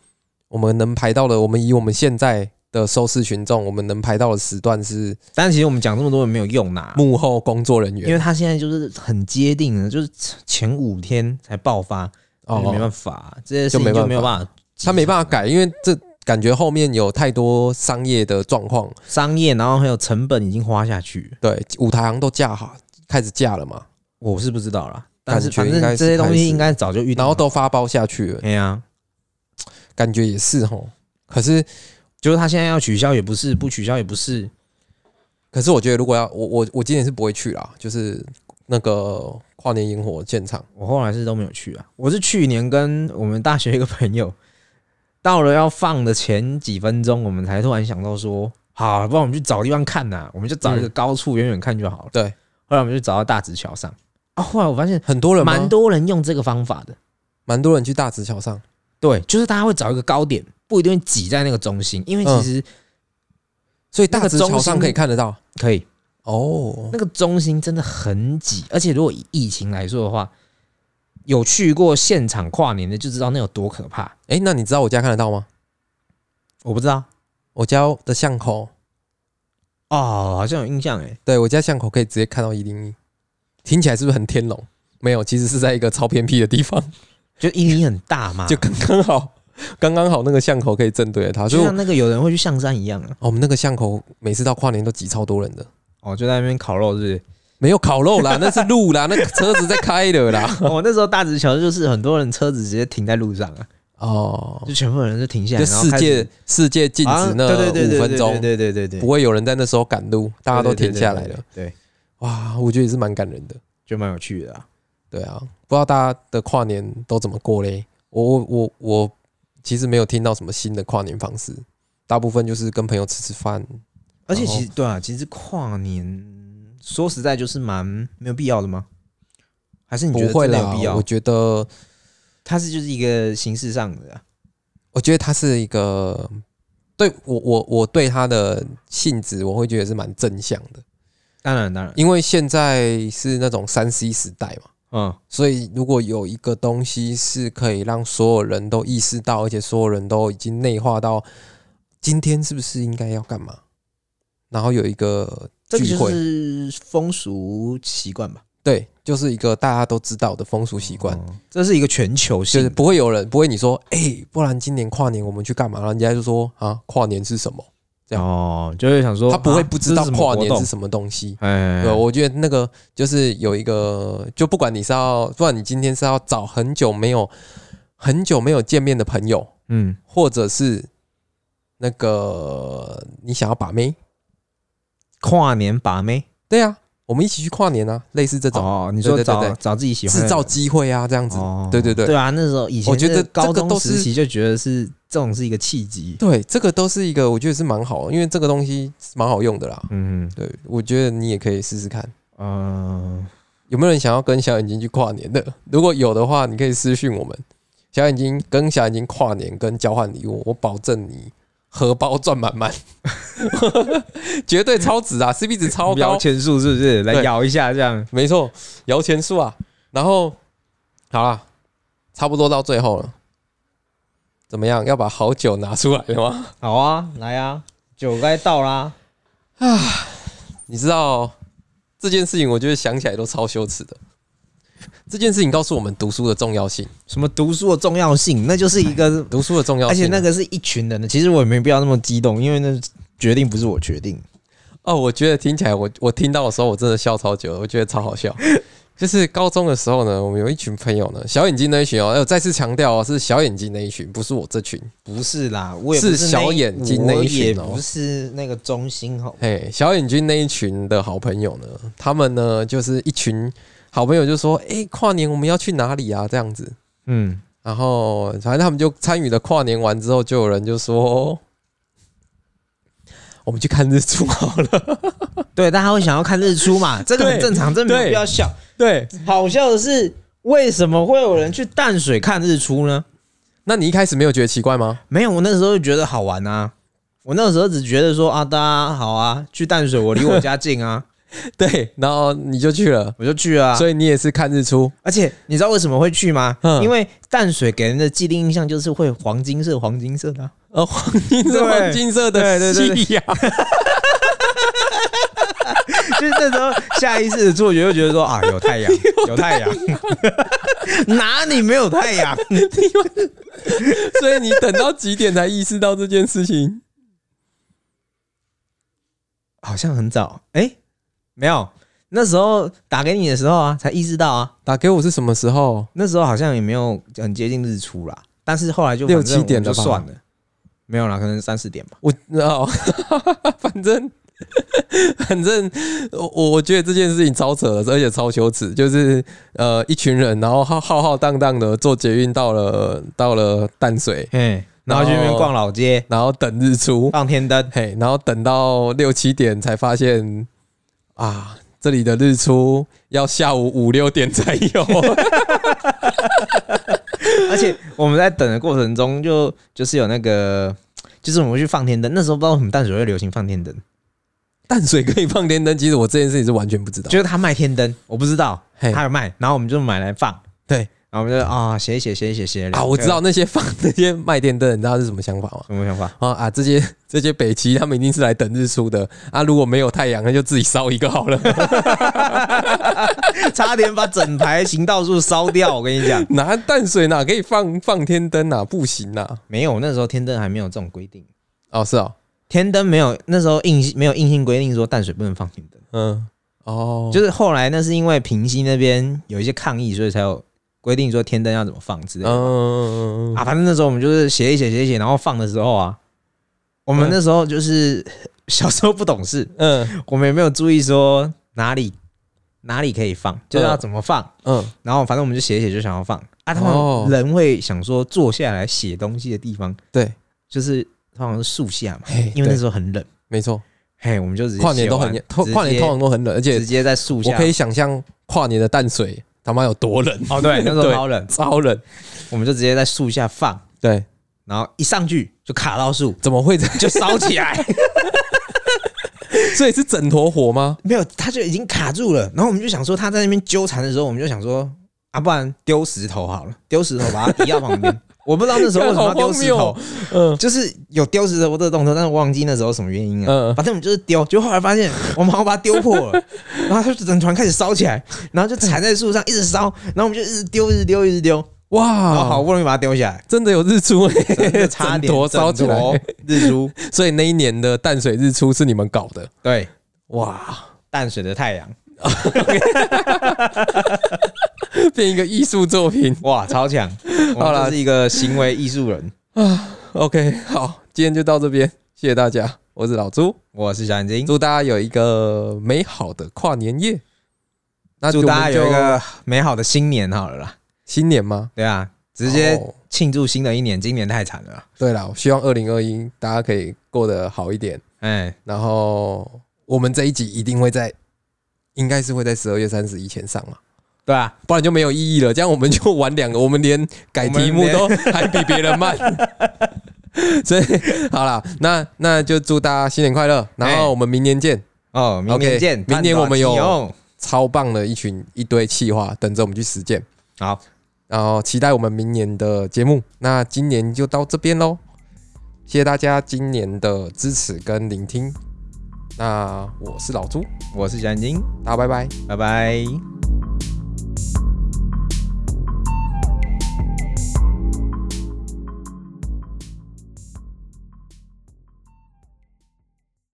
Speaker 1: 我们能排到的，我们以我们现在的收视群众，我们能排到的时段是
Speaker 2: 但其实我们讲这么多也没有用啦，
Speaker 1: 幕后工作人
Speaker 2: 因
Speaker 1: 员
Speaker 2: 为他现在就是很接定的，就是前五天才爆发，
Speaker 1: 哦
Speaker 2: 就没办法，这些事
Speaker 1: 就没
Speaker 2: 情
Speaker 1: 办法
Speaker 2: 就没有办法，
Speaker 1: 他没办法改，因为这感觉后面有太多商业的状况。
Speaker 2: 商业，然后还有成本已经花下去了。
Speaker 1: 对，舞台行都架好，开始架了嘛，
Speaker 2: 我是不知道啦，但是
Speaker 1: 感觉
Speaker 2: 反正
Speaker 1: 应该是
Speaker 2: 这些东
Speaker 1: 开
Speaker 2: 西
Speaker 1: 始
Speaker 2: 应该早就遇
Speaker 1: 然
Speaker 2: 到
Speaker 1: 后
Speaker 2: 了。
Speaker 1: 都发包下去了，
Speaker 2: 哎呀，
Speaker 1: 感觉也是吼。可是，
Speaker 2: 就是他现在要取消也不是，不取消也不是。
Speaker 1: 可是我觉得如果要我我我今年是不会去啦，就是那个跨年烟火现场，
Speaker 2: 我后来是都没有去啊。我是去年跟我们大学一个朋友， (laughs) 到了要放的前几分钟，我们才突然想到说，好，啊不然我们去找地方看呐、我们就找一个高处远远看就好了。
Speaker 1: 对，
Speaker 2: 后来我们就找到大直桥上啊。后来我发现
Speaker 1: 很多人吗
Speaker 2: 蛮多人用这个方法的，
Speaker 1: 蛮多人去大直桥上，
Speaker 2: 对，就是大家会找一个高点，不一定会挤在那个中心，因为
Speaker 1: 嗯
Speaker 2: 其实
Speaker 1: 所以大直桥上可以看得到
Speaker 2: 可以，
Speaker 1: 哦。
Speaker 2: 那个中心真的很挤，而且如果以疫情来说的话，有去过现场跨年的就知道那有多可怕。
Speaker 1: 哎、那你知道我家看得到吗？
Speaker 2: 我不知道
Speaker 1: 我家的巷口，
Speaker 2: 哦，好像有印象哎。
Speaker 1: 对我家巷口可以直接看到一零一，听起来是不是很天龙？没有，其实是在一个超偏僻的地方，
Speaker 2: 就一零一很大嘛，
Speaker 1: 就刚刚好，刚刚好那个巷口可以正对着它，所
Speaker 2: 就
Speaker 1: 以我哦
Speaker 2: 像那个有人会去象山一样啊。
Speaker 1: 哦我们那个巷口每次到跨年都挤超多人的，
Speaker 2: 哦，就在那边烤肉是
Speaker 1: 没有烤肉啦，那是路啦，那个车子在开的啦。
Speaker 2: 不是？我、那时候大直桥就是很多人车子直接停在路上啊，
Speaker 1: 哦，
Speaker 2: 就全部人就停下来，
Speaker 1: 就
Speaker 2: 然后
Speaker 1: 世
Speaker 2: 开始
Speaker 1: 界世界禁
Speaker 2: 好
Speaker 1: 止
Speaker 2: 像
Speaker 1: 那
Speaker 2: 对对对对
Speaker 1: 五分钟，
Speaker 2: 对对对对对，
Speaker 1: 不会有人在那时候赶路，大家都停下来
Speaker 2: 对
Speaker 1: 了。，
Speaker 2: 对对对对对，
Speaker 1: 哇，我觉得也是蛮感人的。
Speaker 2: 就蛮有趣的啊。
Speaker 1: 对啊，不知道大家的跨年都怎么过嘞？我我我我其实没有听到什么新的跨年方式，大部分就是跟朋友吃吃饭。
Speaker 2: 而且其实对啊，其实跨年说实在就是蛮没有必要的吗？还是你
Speaker 1: 不
Speaker 2: 觉得
Speaker 1: 会
Speaker 2: 真的有
Speaker 1: 啦
Speaker 2: 必，要
Speaker 1: 我？觉得
Speaker 2: 它是就是一个形式上的啊、
Speaker 1: 我觉得它是一个对我我我对它的性质，我会觉得是蛮正向的，
Speaker 2: 当然当然，
Speaker 1: 因为现在是那种三 C 时代嘛。
Speaker 2: 嗯，
Speaker 1: 所以，如果有一个东西是可以让所有人都意识到，而且所有人都已经内化到今天是不是应该要干嘛，然后有一个
Speaker 2: 这个
Speaker 1: 聚
Speaker 2: 就
Speaker 1: 会，
Speaker 2: 是风俗习惯吧，
Speaker 1: 对，就是一个大家都知道的风俗习惯，
Speaker 2: 嗯这是一个全球
Speaker 1: 就
Speaker 2: 性
Speaker 1: 是
Speaker 2: 的，
Speaker 1: 不会有人不会你说，哎、不然今年跨年我们去干嘛？然后人家就说啊，跨年是什么？这样
Speaker 2: 哦，就会想说啊
Speaker 1: 他不会不知道跨年是
Speaker 2: 么
Speaker 1: 什么东西。
Speaker 2: 活动，哎，
Speaker 1: 对，我觉得那个就是有一个，就不管你是要，不管你今天是要找很久没有很久没有见面的朋友，
Speaker 2: 嗯，
Speaker 1: 或者是那个你想要把妹，
Speaker 2: 跨年把妹
Speaker 1: 对啊，我们一起去跨年啊，类似这种
Speaker 2: 哦，你说
Speaker 1: 对对对
Speaker 2: 找
Speaker 1: 对
Speaker 2: 找自己喜欢的
Speaker 1: 制造
Speaker 2: 人
Speaker 1: 机会啊，这样子，
Speaker 2: 哦
Speaker 1: 对对对
Speaker 2: 对啊，那时候以前
Speaker 1: 我觉得
Speaker 2: 那个高
Speaker 1: 这个
Speaker 2: 中
Speaker 1: 都是
Speaker 2: 时期就觉得是这种是一个契机，
Speaker 1: 对，这个都是一个我觉得是蛮好，因为这个东西是蛮好用的啦。
Speaker 2: 嗯
Speaker 1: 对，我觉得你也可以试试看，
Speaker 2: 嗯，
Speaker 1: 有没有人想要跟小眼睛去跨年的？ (laughs) 如果有的话，你可以私讯我们。小眼睛跟小眼睛跨年跟交换礼物，我保证你荷包赚满 (laughs) 满，绝对超值啊！CP 值
Speaker 2: (laughs)
Speaker 1: 超高
Speaker 2: 摇，钱树是不是来
Speaker 1: 对
Speaker 2: 摇一下这样？
Speaker 1: 没错，摇钱树啊。然后，好啦，差不多到最后了，怎么样？要把好酒拿出来了吗？ (laughs)
Speaker 2: 好啊，来啊，酒该到啦。
Speaker 1: 你知道这件事情，我觉得想起来都超羞耻的。这件事情告诉我们读书的重要性，
Speaker 2: 什么读书的重要性，那就是一个，
Speaker 1: 读书的重要
Speaker 2: 而
Speaker 1: 性。啊
Speaker 2: 且那个是一群人的。其实我也没必要那么激动，因为那决定不是我决定。
Speaker 1: 哦，我觉得听起来我我听到的时候，我真的笑超久了，我觉得超好笑。就是高中的时候呢，我们有一群朋友呢，小眼睛那一群哦，哎我再次强调哦，是小眼睛那一群，不是我这群。
Speaker 2: 不是啦，我也
Speaker 1: 是
Speaker 2: 不那
Speaker 1: 小眼睛那
Speaker 2: 我
Speaker 1: 一
Speaker 2: 也
Speaker 1: 群哦
Speaker 2: 不是那个中心吼。
Speaker 1: 嘿，小眼睛那一群的好朋友呢，他们呢就是一群好朋友，就说：“诶，跨年我们要去哪里啊？”这样子，
Speaker 2: 嗯，
Speaker 1: 然后反正他们就参与了跨年完之后，就有人就说：“我们去看日出好了。
Speaker 2: 对，大家会想要看日出
Speaker 1: (laughs)
Speaker 2: 嘛，这个很
Speaker 1: 对
Speaker 2: 正常，这没有
Speaker 1: 对
Speaker 2: 必要笑。”
Speaker 1: (laughs) 对，
Speaker 2: 好笑的是，为什么会有人去淡水看日出呢？
Speaker 1: (laughs) 那你一开始没有觉得奇怪吗？
Speaker 2: 没有，我那时候就觉得好玩啊。我那时候只觉得说啊，大家好啊，去淡水，我离我家近啊， (laughs)
Speaker 1: 对，然后你就去了，
Speaker 2: 我就去啊。
Speaker 1: 所以你也是看日出。
Speaker 2: 而且你知道为什么会去吗？
Speaker 1: 嗯
Speaker 2: 因为淡水给人的既定印象就是会黄金色、黄金色的啊、
Speaker 1: 呃，黄金
Speaker 2: 对
Speaker 1: 色黄金色的
Speaker 2: 对对对对
Speaker 1: 夕阳， (laughs)
Speaker 2: 就是那时候下意识的错觉就觉得说啊，有太阳，有太阳， (laughs) 哪里没有太阳？
Speaker 1: 所以你等到几点才意识到这件事情？
Speaker 2: 好像很早，哎、没有，那时候打给你的时候啊，才意识到啊，
Speaker 1: 打给我是什么时候？
Speaker 2: 那时候好像也没有很接近日出啦，但是后来就
Speaker 1: 六
Speaker 2: 反正
Speaker 1: 七点
Speaker 2: 我就
Speaker 1: 了吧
Speaker 2: 算了，没有啦，可能三四点吧。
Speaker 1: (laughs) 我哦，反正 (laughs) 反正我我我觉得这件事情超扯的，而且超羞耻，就是呃一群人，然后浩浩浩荡荡的坐捷运到了到了淡水，
Speaker 2: 嘿，然后去那边逛老街，
Speaker 1: 然后等日出，
Speaker 2: 放天灯，
Speaker 1: 嘿，然后等到六七点才发现啊，这里的日出要下午五六点才有， (laughs)
Speaker 2: 而且我们在等的过程中就，就是有那个，就是我们去放天灯，那时候不知道为什么淡水会流行放天灯，
Speaker 1: 淡水可以放天灯，其实我这件事情是完全不知道。
Speaker 2: 就是他啊卖天灯，我不知道
Speaker 1: 嘿
Speaker 2: 他有卖，然后我们就买来放，
Speaker 1: 对
Speaker 2: 然后我们就啊写一写写一写写一写
Speaker 1: 啊，我知道那些放那些卖电灯，你知道是什么想法吗？
Speaker 2: 什么想法，
Speaker 1: 啊啊，这些这些北齐他们一定是来等日出的啊！如果没有太阳，那就自己烧一个好了。 (laughs)
Speaker 2: 差点把整排行道树烧掉，我跟你讲，
Speaker 1: 拿淡水哪可以放放天灯啊？不行啊！
Speaker 2: 没有，那时候天灯还没有这种规定，
Speaker 1: 哦，是哦，
Speaker 2: 天灯没有那时候硬没有硬性规定说淡水不能放天灯。
Speaker 1: 嗯，哦，
Speaker 2: 就是后来那是因为平西那边有一些抗议，所以才有规定说天灯要怎么放之类
Speaker 1: 嗯
Speaker 2: 的、
Speaker 1: 嗯嗯嗯
Speaker 2: 啊。反正那时候我们就是写一写写一写，然后放的时候啊，我们
Speaker 1: 嗯
Speaker 2: 那时候就是小时候不懂事， (laughs)
Speaker 1: 嗯
Speaker 2: 我们也没有注意说哪里哪里可以放，就是要怎么放。
Speaker 1: 嗯
Speaker 2: 然后反正我们就写一写就想要放啊。他
Speaker 1: 哦
Speaker 2: 们人会想说坐下来写东西的地方
Speaker 1: 对，
Speaker 2: 就是通常是树下嘛，
Speaker 1: 嘿，
Speaker 2: 因为那
Speaker 1: 对
Speaker 2: 时候很冷，
Speaker 1: 没错，
Speaker 2: 嘿，我们就直接
Speaker 1: 跨年
Speaker 2: 写
Speaker 1: 都
Speaker 2: 完
Speaker 1: 很通
Speaker 2: 直
Speaker 1: 跨年
Speaker 2: 接
Speaker 1: 通常都很冷，而且
Speaker 2: 直接在树
Speaker 1: 我
Speaker 2: 下
Speaker 1: 可以想象跨年的淡水他妈有多
Speaker 2: (laughs)
Speaker 1: 冷，
Speaker 2: 哦，对，那时候
Speaker 1: 对
Speaker 2: 超冷，
Speaker 1: 超冷。
Speaker 2: 我们就直接在树下放，
Speaker 1: 对，
Speaker 2: 然后一上去就卡到树，
Speaker 1: 怎么会这？ (laughs)
Speaker 2: 就烧起来。
Speaker 1: 所以是整坨火吗？
Speaker 2: (laughs) 没有，他就已经卡住了。然后我们就想说，他在那边纠缠的时候，我们就想说，啊，不然丢石头好了，丢石头把它移到旁 (laughs) 边。我不知道那时候为什么要丢石
Speaker 1: 干好
Speaker 2: 头
Speaker 1: 荒，嗯
Speaker 2: 就是有丢石头这个动作，但是我忘记那时候什么原因了。
Speaker 1: 嗯
Speaker 2: 反正我们就是丢，就后来发现我们好像把它丢破了， (laughs) 然后它就整团开始烧起来，然后就缠在树上一直烧，然后我们就一直丢，一直丢，一直丢，然后
Speaker 1: 哇，
Speaker 2: 啊好不容易把它丢下来，
Speaker 1: 真的有日出
Speaker 2: 真
Speaker 1: 欸，
Speaker 2: 的差
Speaker 1: (laughs) 整
Speaker 2: 点
Speaker 1: 坨烧起
Speaker 2: 整坨
Speaker 1: 来。
Speaker 2: 日出，
Speaker 1: 所以那一年的淡水日出是你们搞的，
Speaker 2: 对，
Speaker 1: 哇，
Speaker 2: 淡水的太阳，
Speaker 1: 变一个艺术作品。
Speaker 2: 哇，超强！
Speaker 1: (laughs) 好
Speaker 2: 好
Speaker 1: 啦
Speaker 2: 了，是一个行为艺术人。
Speaker 1: OK，好，今天就到这边，谢谢大家，我是老朱，
Speaker 2: 我是小眼睛，
Speaker 1: 祝大家有一个美好的跨年夜。那
Speaker 2: 祝大家有
Speaker 1: 我
Speaker 2: 一
Speaker 1: 们就
Speaker 2: 个美好的新年好了啦。
Speaker 1: 新年吗？
Speaker 2: 对啊，直接
Speaker 1: 哦
Speaker 2: 庆祝新的一年，今年太惨了啦。
Speaker 1: 对了，我希望二零二一大家可以过得好一点。
Speaker 2: 哎，
Speaker 1: 然后我们这一集一定会在，应该是会在十二月三十以前上嘛，
Speaker 2: 对啊，
Speaker 1: 不然就没有意义了。这样我们就玩两个，我们连改题目都 (laughs) 还比别人慢。所以好啦，那那就祝大家新年快乐，然
Speaker 2: 哎
Speaker 1: 后我们明年见。
Speaker 2: 哦，明年
Speaker 1: OK，
Speaker 2: 见，
Speaker 1: 明年我们有
Speaker 2: 半岛集
Speaker 1: 超棒的一群一堆企划等着我们去实践，
Speaker 2: 邮好，
Speaker 1: 然后期待我们明年的节目。那今年就到这边喽，谢谢大家今年的支持跟聆听。那我是老朱，
Speaker 2: 我是小眼睛，
Speaker 1: 大家拜拜。
Speaker 2: 拜拜。